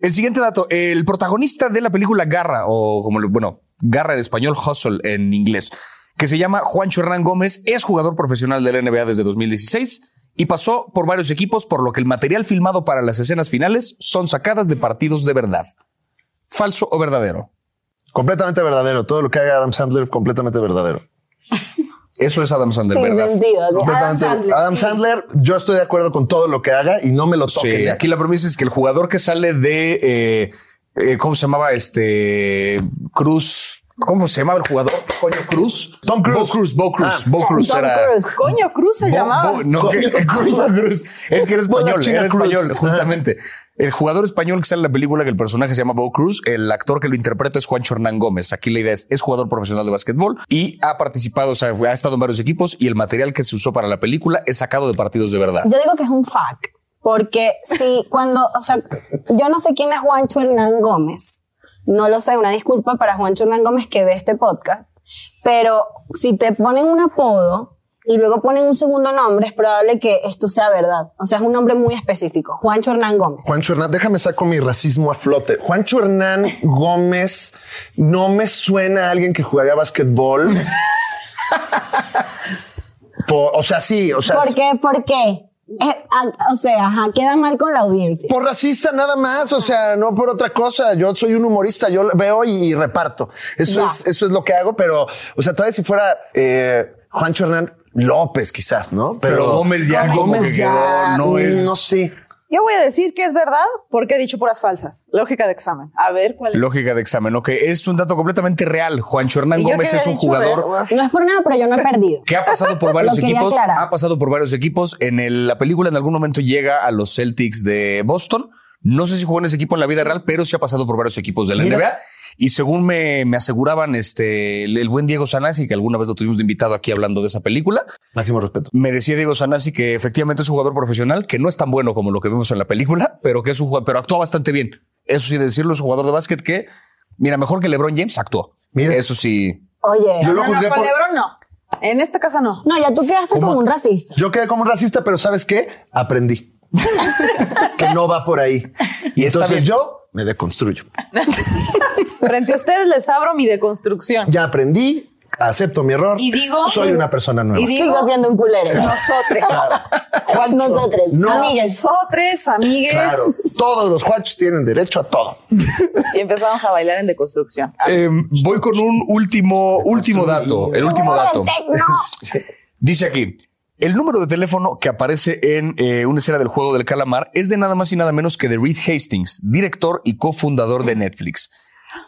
Speaker 4: El siguiente dato, el protagonista de la película Garra, o como, lo- bueno, Garra en español, Hustle en inglés, que se llama Juancho Hernán Gómez, es jugador profesional de la NBA desde 2016 y pasó por varios equipos, por lo que el material filmado para las escenas finales son sacadas de partidos de verdad. ¿Falso o verdadero?
Speaker 2: Completamente verdadero. Todo lo que haga Adam Sandler, completamente verdadero.
Speaker 4: Eso es Adam Sandler,
Speaker 7: sin
Speaker 4: ¿verdad?
Speaker 7: sentido. así, Adam
Speaker 2: Completamente.
Speaker 7: Sandler.
Speaker 2: Adam Sandler, yo estoy de acuerdo con todo lo que haga y no me lo toquen.
Speaker 4: Sí, aquí la promesa es que el jugador que sale de, eh, eh, ¿cómo se llamaba? Este, Cruz. ¿Cómo se llamaba el jugador? Coño Cruz.
Speaker 2: Tom Cruise.
Speaker 4: Bo Cruz, Bo Cruz.
Speaker 2: Ah.
Speaker 4: Bo Cruz
Speaker 7: Tom
Speaker 4: era.
Speaker 7: Cruise.
Speaker 3: Coño, Cruz se
Speaker 4: Bo-
Speaker 3: llamaba.
Speaker 4: Bo- no,
Speaker 2: Coño,
Speaker 4: que- que-
Speaker 2: Cruz.
Speaker 4: Coño, Cruz. Es que era
Speaker 2: Bola
Speaker 4: español,
Speaker 2: China
Speaker 4: era
Speaker 2: Cruz.
Speaker 4: español, justamente. El jugador español que sale en la película, que el personaje se llama Bo Cruz, el actor que lo interpreta es Juancho Hernán Gómez. Aquí la idea es, es jugador profesional de básquetbol y ha participado, o sea, ha estado en varios equipos y el material que se usó para la película es sacado de partidos de verdad.
Speaker 7: Yo digo que es un fact. Porque si cuando, o sea, yo no sé quién es Juancho Hernán Gómez. No lo sé, una disculpa para Juancho Hernán Gómez que ve este podcast. Pero si te ponen un apodo y luego ponen un segundo nombre, es probable que esto sea verdad. O sea, es un nombre muy específico. Juancho Hernán Gómez.
Speaker 2: Juancho Hernán, déjame saco mi racismo a flote. Juancho Hernán Gómez no me suena a alguien que jugaría básquetbol. Por- o sea, sí, o sea,
Speaker 7: ¿Por qué? ¿Por qué? Eh, a- o sea, ajá, queda mal con la audiencia.
Speaker 2: por racista nada más, o sea, no por otra cosa. Yo soy un humorista, yo veo y, y reparto. Eso
Speaker 7: Ya.
Speaker 2: es, eso es lo que hago, pero, o sea, todavía si fuera eh, Juancho Hernán López, quizás, ¿no?
Speaker 4: Pero Gómez ya como
Speaker 2: Gómez
Speaker 4: que
Speaker 2: ya,
Speaker 4: quedó, no
Speaker 2: no,
Speaker 4: es-
Speaker 2: sé.
Speaker 3: Yo voy a decir que es verdad porque he dicho puras falsas. Lógica de examen. Ah, A ver cuál es.
Speaker 4: Lógica de examen, ok. Es un dato completamente real. Juancho Hernán
Speaker 3: Y yo
Speaker 4: Gómez
Speaker 3: que
Speaker 4: es
Speaker 3: había
Speaker 4: un
Speaker 3: dicho,
Speaker 4: jugador
Speaker 3: pero-
Speaker 7: No es por nada, pero yo no he perdido.
Speaker 4: que ha pasado por varios
Speaker 7: Lo quería
Speaker 4: equipos.
Speaker 7: aclarar.
Speaker 4: Ha pasado por varios equipos. En el- la película en algún momento llega a los Celtics de Boston. No sé si jugó en ese equipo en la vida real, pero sí ha pasado por varios equipos de la
Speaker 13: Mira.
Speaker 4: NBA. Y según me, me aseguraban este, el, el buen Diego Sanasi, que alguna vez lo tuvimos de invitado aquí hablando de esa película.
Speaker 2: Máximo respeto.
Speaker 4: Me decía Diego Sanasi que efectivamente es un jugador profesional, que no es tan bueno como lo que vemos en la película, pero que es un jugador, pero actúa bastante bien. Eso sí, decirlo, es un jugador de básquet que, mira, mejor que LeBron James actuó. Eso sí.
Speaker 7: Oye,
Speaker 2: Yo lo
Speaker 7: no, no,
Speaker 2: juzgué
Speaker 7: con
Speaker 2: por-
Speaker 7: Lebron
Speaker 3: no. En esta casa no.
Speaker 7: No, ya tú quedaste
Speaker 2: ¿Cómo?
Speaker 7: como un racista.
Speaker 2: Yo quedé como un racista, pero ¿sabes qué? Aprendí. que no va por ahí. Y entonces yo me deconstruyo.
Speaker 3: Frente a ustedes les abro mi deconstrucción.
Speaker 2: Ya aprendí, acepto mi error.
Speaker 3: Y digo-
Speaker 2: soy una persona nueva.
Speaker 3: Y digo-
Speaker 7: Sigo siendo un culero.
Speaker 3: Nosotres.
Speaker 7: Nosotros.
Speaker 2: no.
Speaker 3: Amigues. Nosotres, amigues.
Speaker 2: Claro, todos los juachos tienen derecho a todo.
Speaker 3: Y empezamos a bailar en deconstrucción.
Speaker 4: Em, voy con un último, último dato. El último dato. Dice aquí. El número de teléfono que aparece en eh, una escena del juego del calamar es de nada más y nada menos que de Reed Hastings, director y cofundador de Netflix.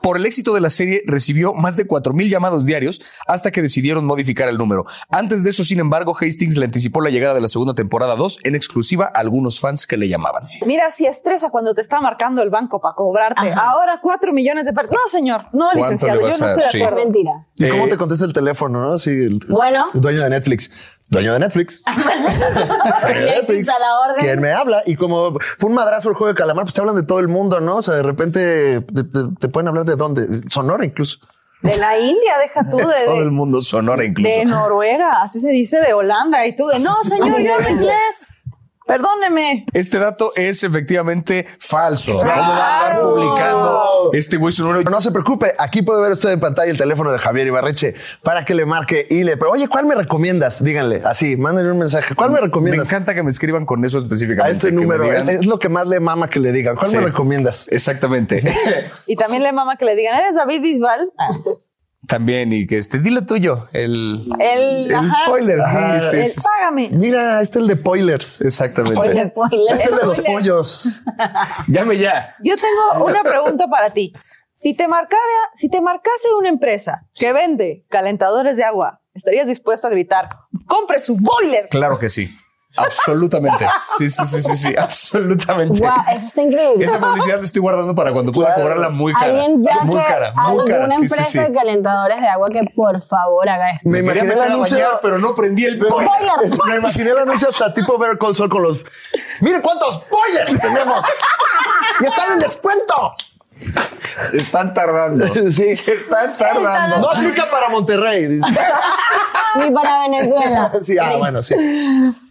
Speaker 4: Por el éxito de la serie recibió más de 4.000 llamados diarios hasta que decidieron modificar el número. Antes de eso, sin embargo, Hastings le anticipó la llegada de la segunda temporada 2 en exclusiva a algunos fans que le llamaban.
Speaker 3: Mira si estresa cuando te está marcando el banco para cobrarte. Ahora cuatro millones de per- No, señor. No,
Speaker 2: ¿Cuánto
Speaker 3: licenciado.
Speaker 2: le
Speaker 3: Yo
Speaker 2: vas
Speaker 3: no
Speaker 2: a-
Speaker 3: estoy de
Speaker 2: sí.
Speaker 3: acuerdo.
Speaker 7: Mentira.
Speaker 2: ¿Y
Speaker 4: Eh,
Speaker 2: cómo te contesta el teléfono, no? Sí, el-
Speaker 7: Bueno.
Speaker 2: el dueño de Netflix. Dueño de Netflix. Dueño de Netflix.
Speaker 7: a la orden.
Speaker 2: ¿Quién me habla? Y como fue un madrazo el juego de calamar, pues te hablan de todo el mundo, ¿no? O sea, de repente te, te- te pueden hablar de dónde. Sonora incluso.
Speaker 3: De la India, deja tú. De,
Speaker 2: todo el mundo, Sonora
Speaker 3: de Noruega. Así se dice de Holanda. Y tú de, no, señor, yo hablo inglés. Perdóneme.
Speaker 4: Este dato es efectivamente falso. ¿Cómo va a andar publicando este güey su número?
Speaker 2: Pero no se preocupe, aquí puede ver usted en pantalla el teléfono de Javier Ibarreche para que le marque y le... Pero, oye, ¿cuál me recomiendas? Díganle, así, mándenle un mensaje. ¿Cuál me
Speaker 4: Me
Speaker 2: recomiendas?
Speaker 4: encanta que me escriban con eso
Speaker 2: A
Speaker 4: específicamente.
Speaker 2: este
Speaker 4: que me
Speaker 2: número.
Speaker 4: digan-
Speaker 2: Es lo que más le mama que le digan. ¿Cuál
Speaker 4: Sí.
Speaker 2: me recomiendas?
Speaker 4: Exactamente.
Speaker 3: Y también le mama que le digan, ¿eres David Bisbal?
Speaker 4: También, y que este, dilo tuyo, el,
Speaker 3: El, ajá.
Speaker 4: spoiler.
Speaker 2: Ajá.
Speaker 4: sí, sí,
Speaker 3: El
Speaker 4: sí.
Speaker 3: págame.
Speaker 2: Mira, este es el de Poilers.
Speaker 4: Exactamente.
Speaker 2: Este es el de los pollos.
Speaker 4: Llame ya.
Speaker 3: Yo tengo una pregunta para ti. Si te marcara, si te marcase una empresa que vende calentadores de agua, ¿estarías dispuesto a gritar, compre su boiler?
Speaker 4: Claro que sí. Absolutamente. Sí, sí, sí, sí, sí. Absolutamente.
Speaker 7: Guau, eso está increíble.
Speaker 4: Esa publicidad la estoy guardando para cuando pueda cobrarla muy cara.
Speaker 7: Alguien ya
Speaker 4: muy
Speaker 7: que
Speaker 4: cara, muy
Speaker 7: alguna
Speaker 4: cara. Sí,
Speaker 7: empresa
Speaker 4: sí, sí.
Speaker 7: de calentadores de agua que por favor haga esto.
Speaker 2: Me
Speaker 4: Quería
Speaker 2: imaginé el
Speaker 4: meter a
Speaker 2: anuncio.
Speaker 4: bañar, pero no prendí el boiler.
Speaker 2: Me imaginé el anuncio hasta tipo ver Console con los. ¡Miren cuántos Poilers tenemos! ¡Y están en descuento!
Speaker 4: Están tardando.
Speaker 2: Sí.
Speaker 4: Están tardando.
Speaker 2: No aplica para Monterrey. dice.
Speaker 7: Ni para Venezuela.
Speaker 2: Sí, ah, bueno, sí.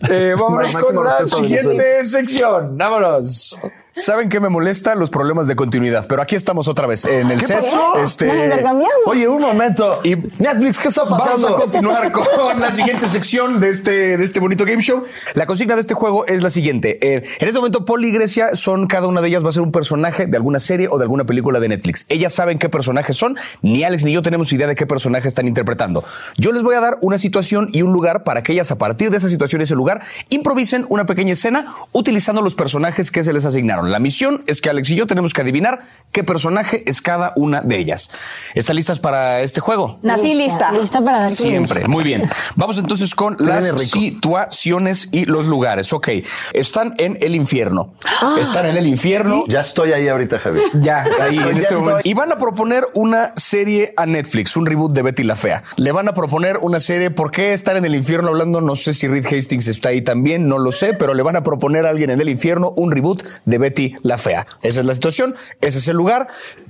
Speaker 4: Eh, vámonos
Speaker 2: Máximo
Speaker 4: con la
Speaker 2: respeto a
Speaker 4: siguiente
Speaker 2: Venezuela.
Speaker 4: sección. Vámonos. ¿Saben qué me molesta? Los problemas de continuidad. Pero aquí estamos otra vez en el
Speaker 2: ¿Qué
Speaker 4: set. este,
Speaker 2: pasó?
Speaker 7: Nos intercambiamos.
Speaker 2: Oye, un momento. ¿Y Netflix qué está
Speaker 4: Vamos a
Speaker 2: pasando?
Speaker 4: continuar con la siguiente sección de este, de este bonito game show. La consigna de este juego es la siguiente. Eh, en este momento, Paul y Grecia son, cada una de ellas va a ser un personaje de alguna serie o de alguna película de Netflix. Ellas saben qué personajes son, ni Alex ni yo tenemos idea de qué personaje están interpretando. Yo les voy a dar una situación y un lugar para que ellas, a partir de esa situación y ese lugar, improvisen una pequeña escena utilizando los personajes que se les asignaron. La misión es que Alex y yo tenemos que adivinar qué personaje es cada una de ellas. ¿Están listas para este juego?
Speaker 3: Nací lista.
Speaker 7: Lista para dar tu
Speaker 4: Siempre, muy bien. Vamos entonces con las situaciones y los lugares. Ok, están en el infierno. Están en el infierno.
Speaker 2: Ya estoy ahí ahorita, Javier.
Speaker 4: Ya, ahí,
Speaker 2: estoy,
Speaker 4: en
Speaker 2: ya
Speaker 4: este momento.
Speaker 2: estoy.
Speaker 4: Y van a proponer una serie a Netflix, un reboot de Betty la Fea. Le van a proponer una serie, ¿por qué estar en el infierno hablando? No sé si Reed Hastings está ahí también, no lo sé, pero le van a proponer a alguien en el infierno un reboot de Betty la Fea. Esa es la situación, ese es el lugar.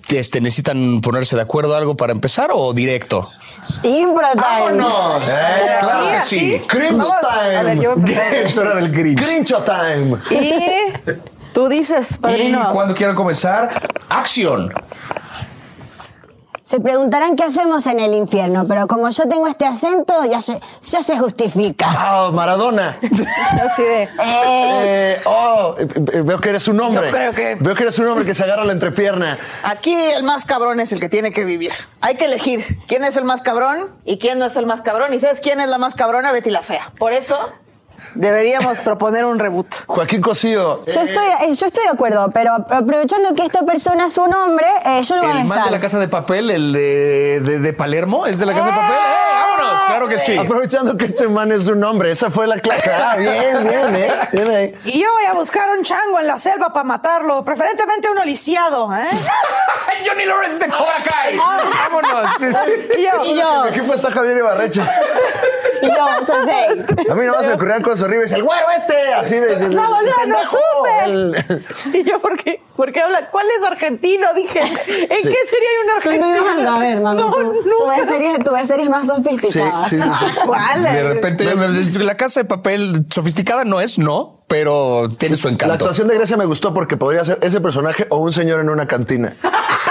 Speaker 4: Este, ¿Necesitan ponerse de acuerdo algo para empezar o directo?
Speaker 7: Impro time.
Speaker 2: ¡Vámonos! Eh, claro que
Speaker 4: sí.
Speaker 2: Cringe
Speaker 3: Vamos.
Speaker 2: time.
Speaker 3: A ver, yo voy
Speaker 4: es hora del cringe.
Speaker 2: Cringe time.
Speaker 3: primero. Y tú dices,
Speaker 4: Y
Speaker 3: padrino.
Speaker 4: cuando quieran comenzar, acción.
Speaker 7: Se preguntarán qué hacemos en el infierno, pero como yo tengo este acento, ya se, ya se justifica.
Speaker 2: Ah, Maradona.
Speaker 3: Así de,
Speaker 7: Eh,
Speaker 2: Eh, oh, eh, eh, veo que eres un hombre.
Speaker 3: Yo creo que-
Speaker 2: Veo que eres un hombre que se agarra la entrepierna.
Speaker 3: aquí el más cabrón es el que tiene que vivir. Hay que elegir quién es el más cabrón y quién no es el más cabrón. Y sabes quién es la más cabrona, Betty la Fea. Por eso deberíamos proponer un reboot.
Speaker 2: Joaquín Cosío.
Speaker 7: yo, estoy, eh, yo estoy de acuerdo, pero aprovechando que esta persona es un hombre, eh, yo lo voy a
Speaker 4: El man de
Speaker 7: besar.
Speaker 4: la casa de papel, el de, de- de Palermo, es de la casa de papel. ¡Eh, vámonos!
Speaker 2: claro que
Speaker 3: sí.
Speaker 2: Aprovechando que este man es un hombre. Esa fue la claca. Ah, bien, bien, eh. Bien ahí.
Speaker 13: Y yo voy a buscar un chango en la selva para matarlo, preferentemente uno lisiado, ¿eh?
Speaker 4: Johnny Lawrence de Cobra Kai. Vámonos. Sí, sí.
Speaker 13: Y yo.
Speaker 2: Y yo. Aquí pasa Javier Ibarreche.
Speaker 7: Yo, sensei.
Speaker 2: A mí no me ocurrían cosas horribles. El güero este, así de. de-
Speaker 13: No, boludo, no
Speaker 2: pendejo,
Speaker 13: supe.
Speaker 2: el-
Speaker 3: Y yo, ¿por qué? ¿Por qué habla? ¿Cuál es argentino? Dije, ¿en
Speaker 2: Sí.
Speaker 3: qué sería un
Speaker 7: Tú no
Speaker 3: argentino?
Speaker 7: ibas a ver, mami.
Speaker 3: No,
Speaker 7: tú, tú ves series, tú ves series más sofisticadas.
Speaker 2: Sí, sí, sí, sí.
Speaker 3: ¿Cuál?
Speaker 4: De repente ya me la casa de papel sofisticada no es, no, pero tiene su
Speaker 2: La
Speaker 4: encanto.
Speaker 2: actuación de Grecia me gustó porque podría ser ese personaje o un señor en una cantina.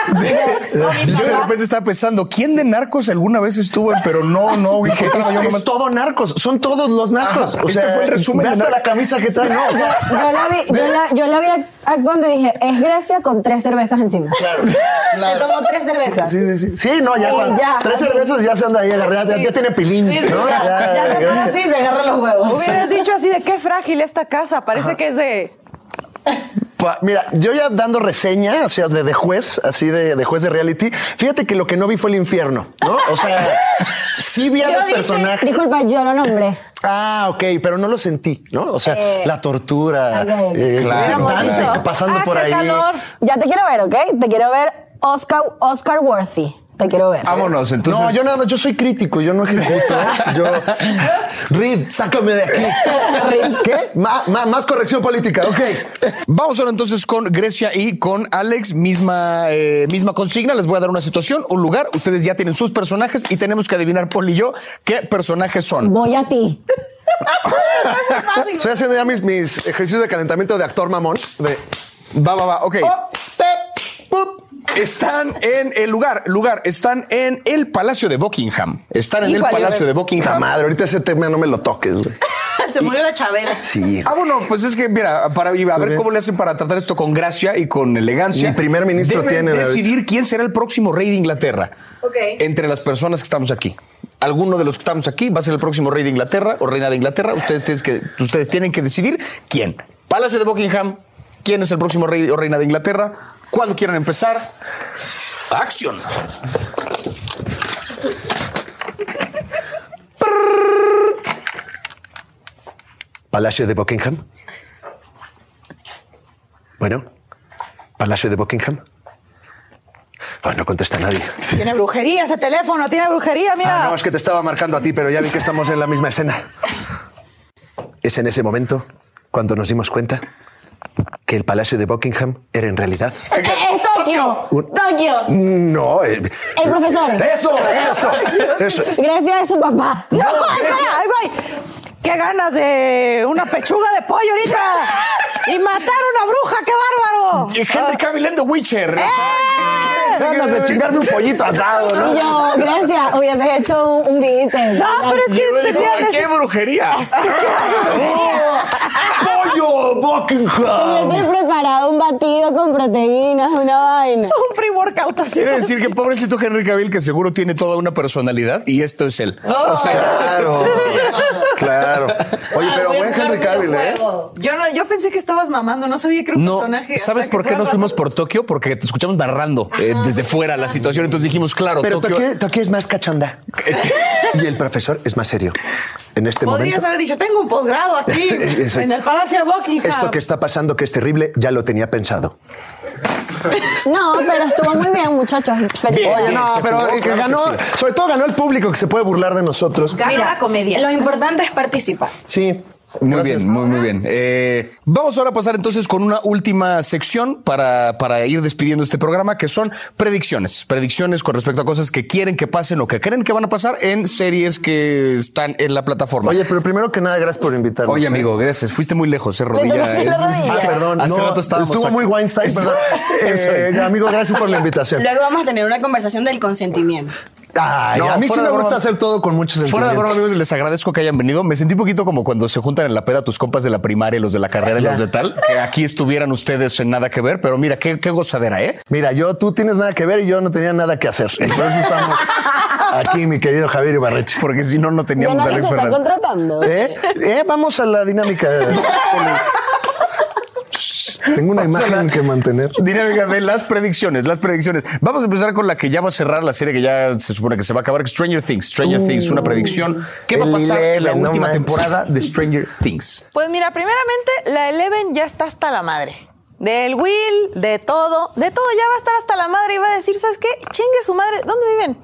Speaker 4: Yo de repente estaba pensando, ¿quién de narcos alguna vez estuvo? en- Pero no, no, güey, que estaba yo
Speaker 2: Es,
Speaker 4: nomás-
Speaker 2: todo narcos, son todos los narcos.
Speaker 4: Ajá,
Speaker 2: o
Speaker 4: este
Speaker 2: sea,
Speaker 4: fue el resumen
Speaker 2: ve
Speaker 4: de
Speaker 2: hasta
Speaker 4: nar-
Speaker 2: la camisa que trae. No, o sea,
Speaker 7: Yo la, vi, yo,
Speaker 2: ve-
Speaker 7: la, yo la vi actuando y dije, es Grecia con tres cervezas encima.
Speaker 2: Claro.
Speaker 7: Se tomó tres cervezas.
Speaker 2: Sí, sí, sí. Sí, no, ya,
Speaker 7: Sí,
Speaker 2: cuando-
Speaker 7: ya.
Speaker 2: tres cervezas ya se anda ahí agarrada, ya, ya tiene pilín,
Speaker 3: Sí, sí,
Speaker 2: ¿no?
Speaker 3: ya.
Speaker 7: Ya se pone así, se agarra los huevos.
Speaker 3: Hubieras dicho así de qué frágil esta casa. Parece que es de.
Speaker 2: Pa- Mira, yo ya dando reseña, o sea, de, de juez, así de, de juez de reality, fíjate que lo que no vi fue el infierno, ¿no? O sea, sí vi a
Speaker 7: Yo
Speaker 2: los
Speaker 7: dije,
Speaker 2: personajes.
Speaker 7: Disculpa, yo lo nombré.
Speaker 2: Ah, ok, pero no lo sentí, ¿no? O sea,
Speaker 7: Eh,
Speaker 2: la tortura,
Speaker 7: ay, ay.
Speaker 2: eh,
Speaker 4: Claro,
Speaker 2: la-
Speaker 4: claro.
Speaker 2: la- pasando
Speaker 3: Ah,
Speaker 2: por
Speaker 3: qué
Speaker 2: ahí.
Speaker 3: calor.
Speaker 7: Ya te quiero ver, ¿ok? Te quiero ver Oscar, Oscar Worthy. Te quiero ver.
Speaker 2: Ah.
Speaker 4: Vámonos, entonces.
Speaker 2: No, yo nada más, yo soy crítico, yo no ejecuto. yo. Reed, sácame de aquí. ¿Qué? Ma- ma- más corrección política, ok.
Speaker 4: Vamos ahora entonces con Grecia y con Alex. Misma, eh, misma consigna. Les voy a dar una situación, un lugar. Ustedes ya tienen sus personajes y tenemos que adivinar, Paul y yo, qué personajes son.
Speaker 7: Voy a ti.
Speaker 2: Estoy haciendo ya mis, mis ejercicios de calentamiento de actor mamón. De. eh,
Speaker 4: Va, va, va. Ok.
Speaker 2: Oh, pep, pup.
Speaker 4: Están en el lugar, lugar, están en el Palacio de Buckingham. Están en el
Speaker 3: Híjole,
Speaker 4: Palacio de
Speaker 2: Puta
Speaker 4: Buckingham.
Speaker 2: madre, ahorita ese tema no me lo toques, güey.
Speaker 13: Se murió la Chabela.
Speaker 2: Sí.
Speaker 4: Ah, bueno, pues es que, mira, para, y a ver
Speaker 2: bien.
Speaker 4: cómo le hacen para tratar esto con gracia y con elegancia.
Speaker 2: Ni primer ministro
Speaker 4: Deben
Speaker 2: tiene, David.
Speaker 4: decidir quién será el próximo rey de Inglaterra.
Speaker 5: Ok.
Speaker 4: Entre las personas que estamos aquí. Alguno de los que estamos aquí va a ser el próximo rey de Inglaterra o reina de Inglaterra. Ustedes tienen que, ustedes tienen que decidir quién. Palacio de Buckingham, quién es el próximo rey o reina de Inglaterra, cuándo quieran empezar. Acción.
Speaker 2: Palacio de Buckingham. Bueno, Palacio de Buckingham. Ah, no contesta nadie.
Speaker 13: Tiene brujería ese teléfono, tiene brujería,
Speaker 2: Ah,
Speaker 13: mira.
Speaker 2: no, es que te estaba marcando a ti, pero ya vi que estamos en la misma escena. Es en ese momento cuando nos dimos cuenta que el Palacio de Buckingham era en realidad.
Speaker 7: Es,
Speaker 13: Eh,
Speaker 7: es Tokio. Tokio.
Speaker 2: No, el,
Speaker 7: El profesor.
Speaker 2: Eso, eso, eso.
Speaker 7: Grecia es su papá.
Speaker 13: No, ahí va, ahí va. ¡Qué ganas de una pechuga de pollo ahorita! ¡Y matar a una bruja! ¡Qué bárbaro!
Speaker 4: Y Henry Cavill en The Witcher.
Speaker 2: Ganas de chingarme un pollito asado, ¿no?
Speaker 7: Y yo, Grecia, hubieses hecho un, un bíceps.
Speaker 13: No, pero es que te
Speaker 4: Ay,
Speaker 13: tienes.
Speaker 4: ¡Qué brujería!
Speaker 2: ¡Pollo
Speaker 7: Te
Speaker 2: Buckingham!
Speaker 7: hubieses preparado un batido con proteínas, una vaina.
Speaker 13: Un pre-workout así.
Speaker 4: Quiere decir que pobrecito Henry Cavill, que seguro tiene toda una personalidad, y esto es él. o sea,
Speaker 2: Claro, claro. Oye, pero buen Henry Cavill, ¿eh?
Speaker 3: Yo, no, yo pensé que estabas mamando, no sabía que era un
Speaker 4: no.
Speaker 3: personaje.
Speaker 4: ¿Sabes
Speaker 3: hasta
Speaker 4: por
Speaker 3: que
Speaker 4: qué nos
Speaker 3: fuera-
Speaker 4: fuimos por Tokio? Porque te escuchamos narrando eh, desde fuera la situación, entonces dijimos, claro,
Speaker 2: Pero
Speaker 4: Tokio.
Speaker 2: Tokio Tokio es más cachonda. Y el profesor es más serio. En este
Speaker 13: Podrías
Speaker 2: momento,
Speaker 13: haber dicho, tengo un posgrado aquí,
Speaker 2: Exacto.
Speaker 13: en el Palacio de Buckingham.
Speaker 2: esto que está pasando, que es terrible, ya lo tenía pensado.
Speaker 7: No, pero estuvo muy bien, muchachos. Felicidades.
Speaker 2: Oye, no,
Speaker 4: se
Speaker 2: pero
Speaker 4: jugó,
Speaker 2: eh, que
Speaker 4: claro que
Speaker 2: ganó, sobre todo ganó el público que se puede burlar de nosotros.
Speaker 13: Gana la comedia.
Speaker 5: Lo importante es participar.
Speaker 2: Sí.
Speaker 4: Muy bien, muy, muy bien. Eh, vamos ahora a pasar entonces con una última sección para, para ir despidiendo este programa, que son predicciones. Predicciones con respecto a cosas que quieren que pasen o que creen que van a pasar en series que están en la plataforma.
Speaker 2: Oye, pero primero que nada, gracias por invitarnos.
Speaker 4: Oye,
Speaker 2: ¿eh?
Speaker 4: amigo, gracias. Fuiste muy lejos, eh,
Speaker 7: Te
Speaker 4: rodilla.
Speaker 7: tomaste la
Speaker 4: Es-
Speaker 7: rodilla.
Speaker 2: Ah, perdón.
Speaker 4: Hace
Speaker 2: no,
Speaker 4: rato estábamos
Speaker 2: Estuvo
Speaker 4: acá.
Speaker 2: muy Weinstein, perdón.
Speaker 4: Eso es.
Speaker 2: Eh, amigo, gracias por la invitación.
Speaker 5: Luego vamos a tener una conversación del consentimiento.
Speaker 2: Ay,
Speaker 4: No,
Speaker 2: a mí sí
Speaker 4: fuera
Speaker 2: me
Speaker 4: de
Speaker 2: gusta
Speaker 4: broma.
Speaker 2: hacer todo con mucho
Speaker 4: Fuera de
Speaker 2: sentimiento.
Speaker 4: broma, amigos, les agradezco que hayan venido. Me sentí un poquito como cuando se juntan en la peda tus compas de la primaria, los de la carrera y los de tal. Que aquí estuvieran ustedes en nada que ver, pero mira, qué, qué gozadera, ¿eh?
Speaker 2: Mira, yo, tú tienes nada que ver y yo no tenía nada que hacer. Entonces estamos aquí, mi querido Javier Ibarreche.
Speaker 4: Porque si no, no
Speaker 7: Ya
Speaker 4: teníamos a
Speaker 7: nadie te
Speaker 4: Alex ¿Eh?
Speaker 7: está
Speaker 4: Fernández.
Speaker 7: contratando.
Speaker 2: ¿Eh? Eh, vamos a la dinámica. Tengo una
Speaker 4: Vamos a
Speaker 2: imagen
Speaker 4: la-
Speaker 2: que mantener.
Speaker 4: Dinámica de las predicciones, las predicciones. Vamos a empezar con la que ya va a cerrar la serie que ya se supone que se va a acabar. Stranger Things. Stranger
Speaker 2: Uh,
Speaker 4: Things, una predicción. ¿Qué va a
Speaker 2: el
Speaker 4: pasar en la
Speaker 2: Eleven, no
Speaker 4: última
Speaker 2: manches.
Speaker 4: temporada de Stranger Things?
Speaker 3: Pues mira, primeramente, la Eleven ya está hasta la madre. Del Will, de todo, de todo, ya va a estar hasta la madre y va a decir, ¿sabes qué? Chingue su madre. ¿Dónde viven?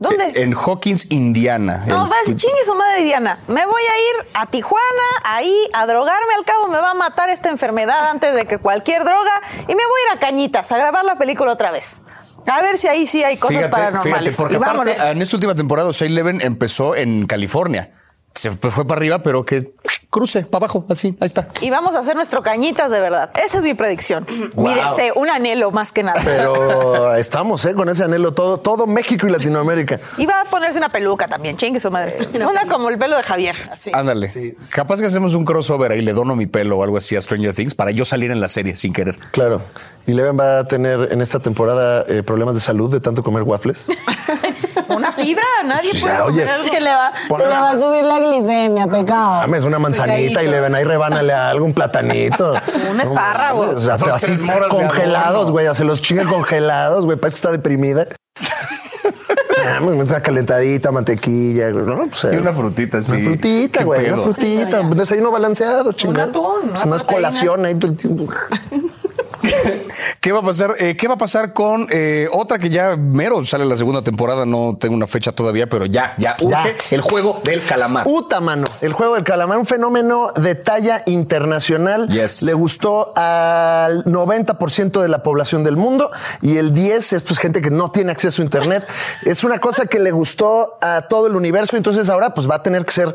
Speaker 3: ¿Dónde?
Speaker 2: Eh,
Speaker 4: En Hawkins, Indiana.
Speaker 3: No,
Speaker 4: El-
Speaker 3: va a decir, chingue su madre, Diana. Me voy a ir a Tijuana, ahí, a drogarme. Al cabo me va a matar esta enfermedad antes de que cualquier droga. Y me voy a ir a Cañitas a grabar la película otra vez. A ver si ahí sí hay cosas paranormales.
Speaker 4: porque
Speaker 3: y
Speaker 4: aparte,
Speaker 2: eh,
Speaker 3: vámonos.
Speaker 4: en esta última temporada, Shea Leven empezó en California. Se fue fue para arriba, pero que cruce, para abajo, así, ahí está.
Speaker 3: Y vamos a hacer nuestro Cañitas de verdad. Esa es mi predicción.
Speaker 2: Guau.
Speaker 3: Mi deseo, un anhelo más que nada.
Speaker 2: Pero estamos eh, con ese anhelo todo, todo México y Latinoamérica.
Speaker 3: Y va a ponerse una peluca también, chingue su madre.
Speaker 2: Eh,
Speaker 3: Una como el pelo de Javier, Ah, así.
Speaker 4: Ándale. Capaz que hacemos un crossover ahí, le dono mi pelo o algo así a Stranger Things para yo salir en la serie sin querer.
Speaker 2: Claro. Y Leven va a tener en esta temporada eh, problemas de salud de tanto comer waffles.
Speaker 3: Una fibra, nadie
Speaker 2: Ya,
Speaker 3: puede
Speaker 2: oye,
Speaker 3: comer algo.
Speaker 7: Se le va,
Speaker 2: Pon
Speaker 7: se le
Speaker 2: la-
Speaker 7: va a subir la glicemia, pecado.
Speaker 2: Mames, Ah, una manzanita y
Speaker 7: Pecadito.
Speaker 2: Leven ahí rebánale a algo, un platanito.
Speaker 7: Un espárrago.
Speaker 2: No, o sea,
Speaker 4: Dos,
Speaker 2: así
Speaker 4: tres moras de
Speaker 2: congelados,
Speaker 4: adorno.
Speaker 2: güey. Se los chingan congelados, güey. Parece que está deprimida. Mames, una calentadita, mantequilla, güey, ¿no? O sea,
Speaker 4: Y una frutita, sí.
Speaker 2: Una frutita,
Speaker 4: Qué
Speaker 2: güey.
Speaker 4: pedo.
Speaker 2: Una frutita. Un desayuno balanceado, chingón. Pues unas colaciones. ahí todo el tiempo.
Speaker 4: ¿Qué va a pasar? Eh, ¿Qué va a pasar con eh, otra que ya mero sale la segunda temporada? No tengo una fecha todavía, pero ya, ya urge
Speaker 2: Ya. Uh.
Speaker 4: el juego del calamar.
Speaker 2: Puta mano. El juego del calamar, un fenómeno de talla internacional.
Speaker 4: Yes.
Speaker 2: Le gustó al 90% de la población del mundo y el 10% es pues, gente que no tiene acceso a Internet. es una cosa que le gustó a todo el universo. Entonces ahora pues va a tener que ser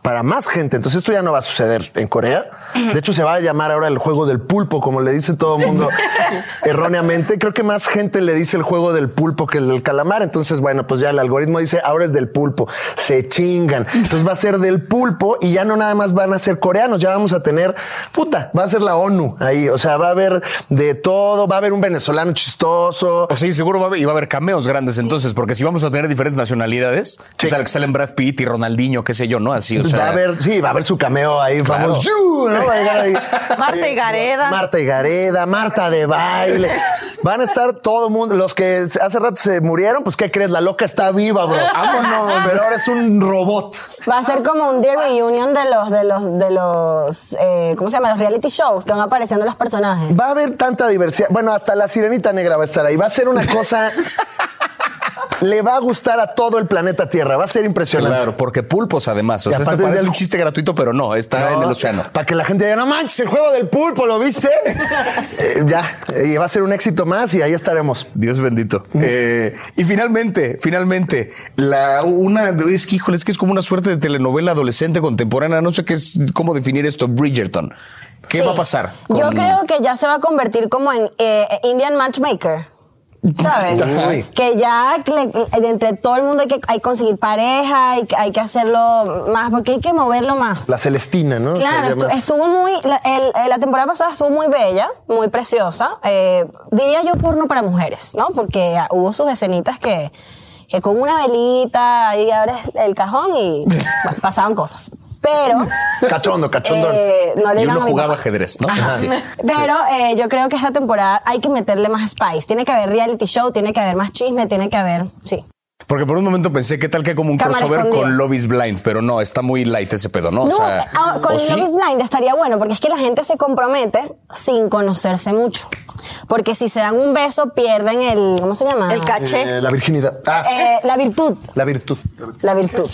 Speaker 2: para más gente. Entonces esto ya no va a suceder en Corea. De hecho se va a llamar ahora el juego del pulpo, como le dice todo el mundo erróneamente. Creo que más gente le dice el juego del pulpo que el del calamar. Entonces, bueno, pues ya el algoritmo dice ahora es del pulpo. Se chingan. Entonces va a ser del pulpo y ya no nada más van a ser coreanos. Ya vamos a tener puta, va a ser la ONU ahí. O sea, va a haber de todo. Va a haber un venezolano chistoso.
Speaker 4: O sea, y seguro va a haber, y va a haber cameos grandes entonces, porque si vamos a tener diferentes nacionalidades, o sea, que salen Brad Pitt y Ronaldinho, qué sé yo, ¿no? Así, o
Speaker 2: Pues
Speaker 4: sea.
Speaker 2: va a haber, sí, va a haber su cameo ahí,
Speaker 4: Claro.
Speaker 2: famoso. ¡Yu! ¿no? Va a llegar ahí.
Speaker 3: Marta y Gareda.
Speaker 2: Marta y Gareda, Marta de baile. Van a estar todo el mundo. Los que hace rato se murieron, pues ¿qué crees? La loca está viva, bro.
Speaker 4: Vámonos.
Speaker 2: Pero ahora es un robot.
Speaker 7: Va a ser como un Dear Reunion de los, de los, de los, eh, ¿cómo se llama? Los reality shows que van apareciendo los personajes.
Speaker 2: Va a haber tanta diversidad. Bueno, hasta la sirenita negra va a estar ahí. Va a ser una cosa. Le va a gustar a todo el planeta Tierra. Va a ser impresionante.
Speaker 4: Claro, porque pulpos además. O
Speaker 2: Y
Speaker 4: sea, esto
Speaker 2: aparte es
Speaker 4: parece
Speaker 2: del-
Speaker 4: un chiste gratuito, pero no, está en el océano.
Speaker 2: Para que la gente diga, no manches, el juego del pulpo, ¿lo viste? Eh, ya, y va a ser un éxito más y ahí estaremos.
Speaker 4: Dios bendito. Eh, y finalmente, finalmente, la una es que híjole, es que es como una suerte de telenovela adolescente contemporánea. No sé qué es, cómo definir esto, Bridgerton. ¿Qué
Speaker 7: Sí.
Speaker 4: va a pasar?
Speaker 7: Yo
Speaker 4: con-
Speaker 7: creo que ya se va a convertir como en eh, Indian Matchmaker. ¿Sabes?
Speaker 4: Uy.
Speaker 7: Que ya le- de entre todo el mundo hay que, hay que conseguir pareja, hay que, hay que hacerlo más, porque hay que moverlo más.
Speaker 2: La Celestina, ¿no?
Speaker 7: Claro,
Speaker 2: Sería
Speaker 7: estu-
Speaker 2: más-
Speaker 7: estuvo muy. La, el- eh, la temporada pasada estuvo muy bella, muy preciosa. Eh, diría yo porno para mujeres, ¿no? Porque ah, hubo sus escenitas que, que con una velita y abres el cajón y bueno, pasaban cosas. Pero.
Speaker 2: Cachondo, cachondo.
Speaker 7: eh, no le
Speaker 4: y
Speaker 7: digan
Speaker 4: uno
Speaker 7: a mi
Speaker 4: jugaba
Speaker 7: papá.
Speaker 4: ajedrez, ¿no?
Speaker 7: Ajá.
Speaker 4: Sí.
Speaker 7: Pero eh, yo creo que esta temporada hay que meterle más spice. Tiene que haber reality show, tiene que haber más chisme, tiene que haber. Sí.
Speaker 4: Porque por un momento pensé que tal que como un
Speaker 7: Cámara
Speaker 4: crossover
Speaker 7: escondida.
Speaker 4: con Love is Blind, pero no, está muy light ese pedo, ¿no?
Speaker 7: No,
Speaker 4: o sea,
Speaker 7: ah, con
Speaker 4: ¿o
Speaker 7: Love
Speaker 4: sí?
Speaker 7: is Blind estaría bueno porque es que la gente se compromete sin conocerse mucho. Porque si se dan un beso pierden el, ¿cómo se llama?
Speaker 3: El caché.
Speaker 2: Eh, la virginidad. Ah,
Speaker 7: Eh, la virtud,
Speaker 2: la virtud.
Speaker 7: la virtud.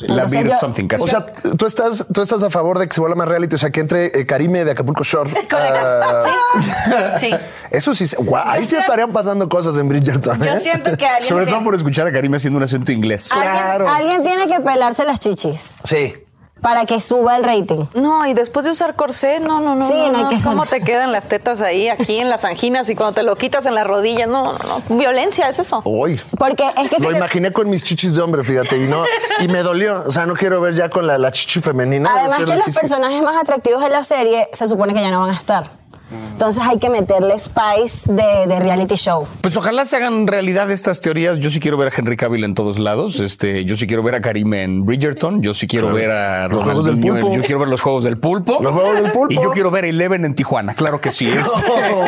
Speaker 4: La
Speaker 7: Entonces
Speaker 4: Beard
Speaker 7: yo-
Speaker 4: Something casi.
Speaker 2: O sea, tú estás, tú estás a favor de que se vuelva más reality, o sea, que entre eh, Karime de Acapulco Shore.
Speaker 4: Ah.
Speaker 2: ah,
Speaker 10: Correcto.
Speaker 2: eh.
Speaker 10: Sí. Sí.
Speaker 2: Eso sí, se- guau, ahí sí estarían pasando cosas en Bridgerton.
Speaker 10: Yo
Speaker 2: ¿eh?
Speaker 10: siento que alguien.
Speaker 4: Sobre
Speaker 10: te-
Speaker 4: todo por escuchar a Karim haciendo un acento inglés.
Speaker 7: Alguien- alguien tiene que pelarse las chichis
Speaker 2: Sí.
Speaker 7: para que suba el rating.
Speaker 3: No, y después de usar corsé, no, no, no.
Speaker 7: Sí,
Speaker 3: no,
Speaker 7: no hay
Speaker 3: no,
Speaker 7: que
Speaker 3: ¿Cómo
Speaker 7: hacer-
Speaker 3: te quedan las tetas ahí, aquí en las anginas y cuando te lo quitas en la rodilla? No, no, no. Violencia es eso.
Speaker 2: Uy.
Speaker 7: Porque es que si
Speaker 2: Lo
Speaker 7: te-
Speaker 2: imaginé con mis chichis de hombre, fíjate, y no, y me dolió. O sea, no quiero ver ya con la, la chichi femenina. debe
Speaker 7: Además
Speaker 2: ser
Speaker 7: que los
Speaker 2: difícil.
Speaker 7: personajes más atractivos de la serie se supone que ya no van a estar.
Speaker 4: Mm.
Speaker 7: Entonces hay que meterle spice de, de reality show.
Speaker 4: Pues ojalá se hagan realidad estas teorías. Yo sí quiero ver a Henry Cavill en todos lados. Este, yo sí quiero ver a Karim en Bridgerton. Yo sí quiero
Speaker 2: Claro.
Speaker 4: ver a
Speaker 2: Los Juegos del
Speaker 4: Ronaldinho. en-
Speaker 2: Pulpo.
Speaker 4: yo quiero ver los Juegos del Pulpo.
Speaker 2: Los Juegos del Pulpo.
Speaker 4: Y yo quiero ver Eleven en Tijuana. Claro que sí. Este,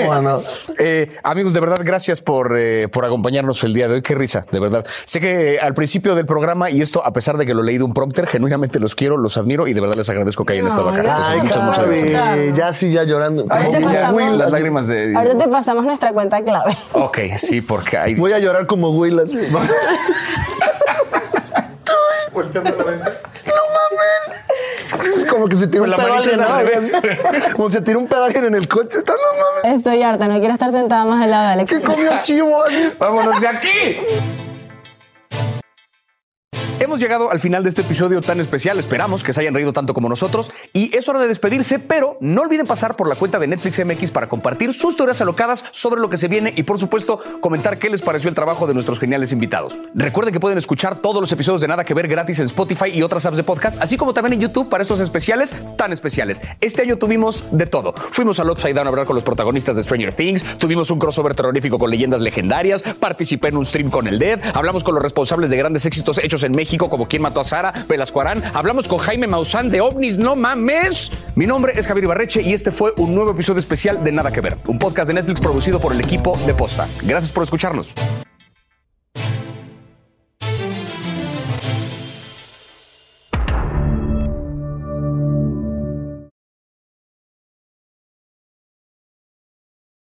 Speaker 2: No, mano.
Speaker 4: eh, amigos, de verdad, gracias por, eh, por acompañarnos el día de hoy. Qué risa, de verdad. Sé que eh, al principio del programa, y esto a pesar de que lo leí de un prompter, genuinamente los quiero, los admiro y de verdad les agradezco que hayan estado acá. Entonces,
Speaker 2: Ay,
Speaker 4: muchas, muchas
Speaker 2: Cavi,
Speaker 4: gracias.
Speaker 2: Ya sí, ya llorando.
Speaker 7: Ahorita
Speaker 2: Como
Speaker 7: pasamos.
Speaker 2: Will,
Speaker 4: Las
Speaker 2: así.
Speaker 4: lágrimas de...
Speaker 7: Ahorita te pasamos nuestra cuenta clave.
Speaker 4: Ok, sí, porque hay...
Speaker 2: Voy a llorar como Will así. Es como que se tira
Speaker 4: Con
Speaker 2: un
Speaker 4: la
Speaker 2: pedo a alguien,
Speaker 4: manita
Speaker 2: ¿no?
Speaker 4: al revés.
Speaker 2: Como se tira un pedo a alguien en el coche. Está no mames.
Speaker 7: Estoy harta, no quiero estar sentada más al lado de Alex.
Speaker 2: ¿Qué comió el chivo?
Speaker 4: ¡Vámonos de aquí! Hemos llegado al final de este episodio tan especial. Esperamos que se hayan reído tanto como nosotros. Y es hora de despedirse, pero no olviden pasar por la cuenta de Netflix MX para compartir sus teorías alocadas sobre lo que se viene y, por supuesto, comentar qué les pareció el trabajo de nuestros geniales invitados. Recuerden que pueden escuchar todos los episodios de Nada que Ver gratis en Spotify y otras apps de podcast, así como también en YouTube para estos especiales tan especiales. Este año tuvimos de todo. Fuimos al Upside Down a hablar con los protagonistas de Stranger Things, tuvimos un crossover terrorífico con leyendas legendarias, participé en un stream con el Dead, hablamos con los responsables de grandes éxitos hechos en México como Quién mató a Sara, Velasco Arán, hablamos con Jaime Maussan de OVNIS, no mames. Mi nombre es Javier Ibarreche y este fue un nuevo episodio especial de Nada que Ver, un podcast de Netflix producido por el equipo de Posta. Gracias por escucharnos.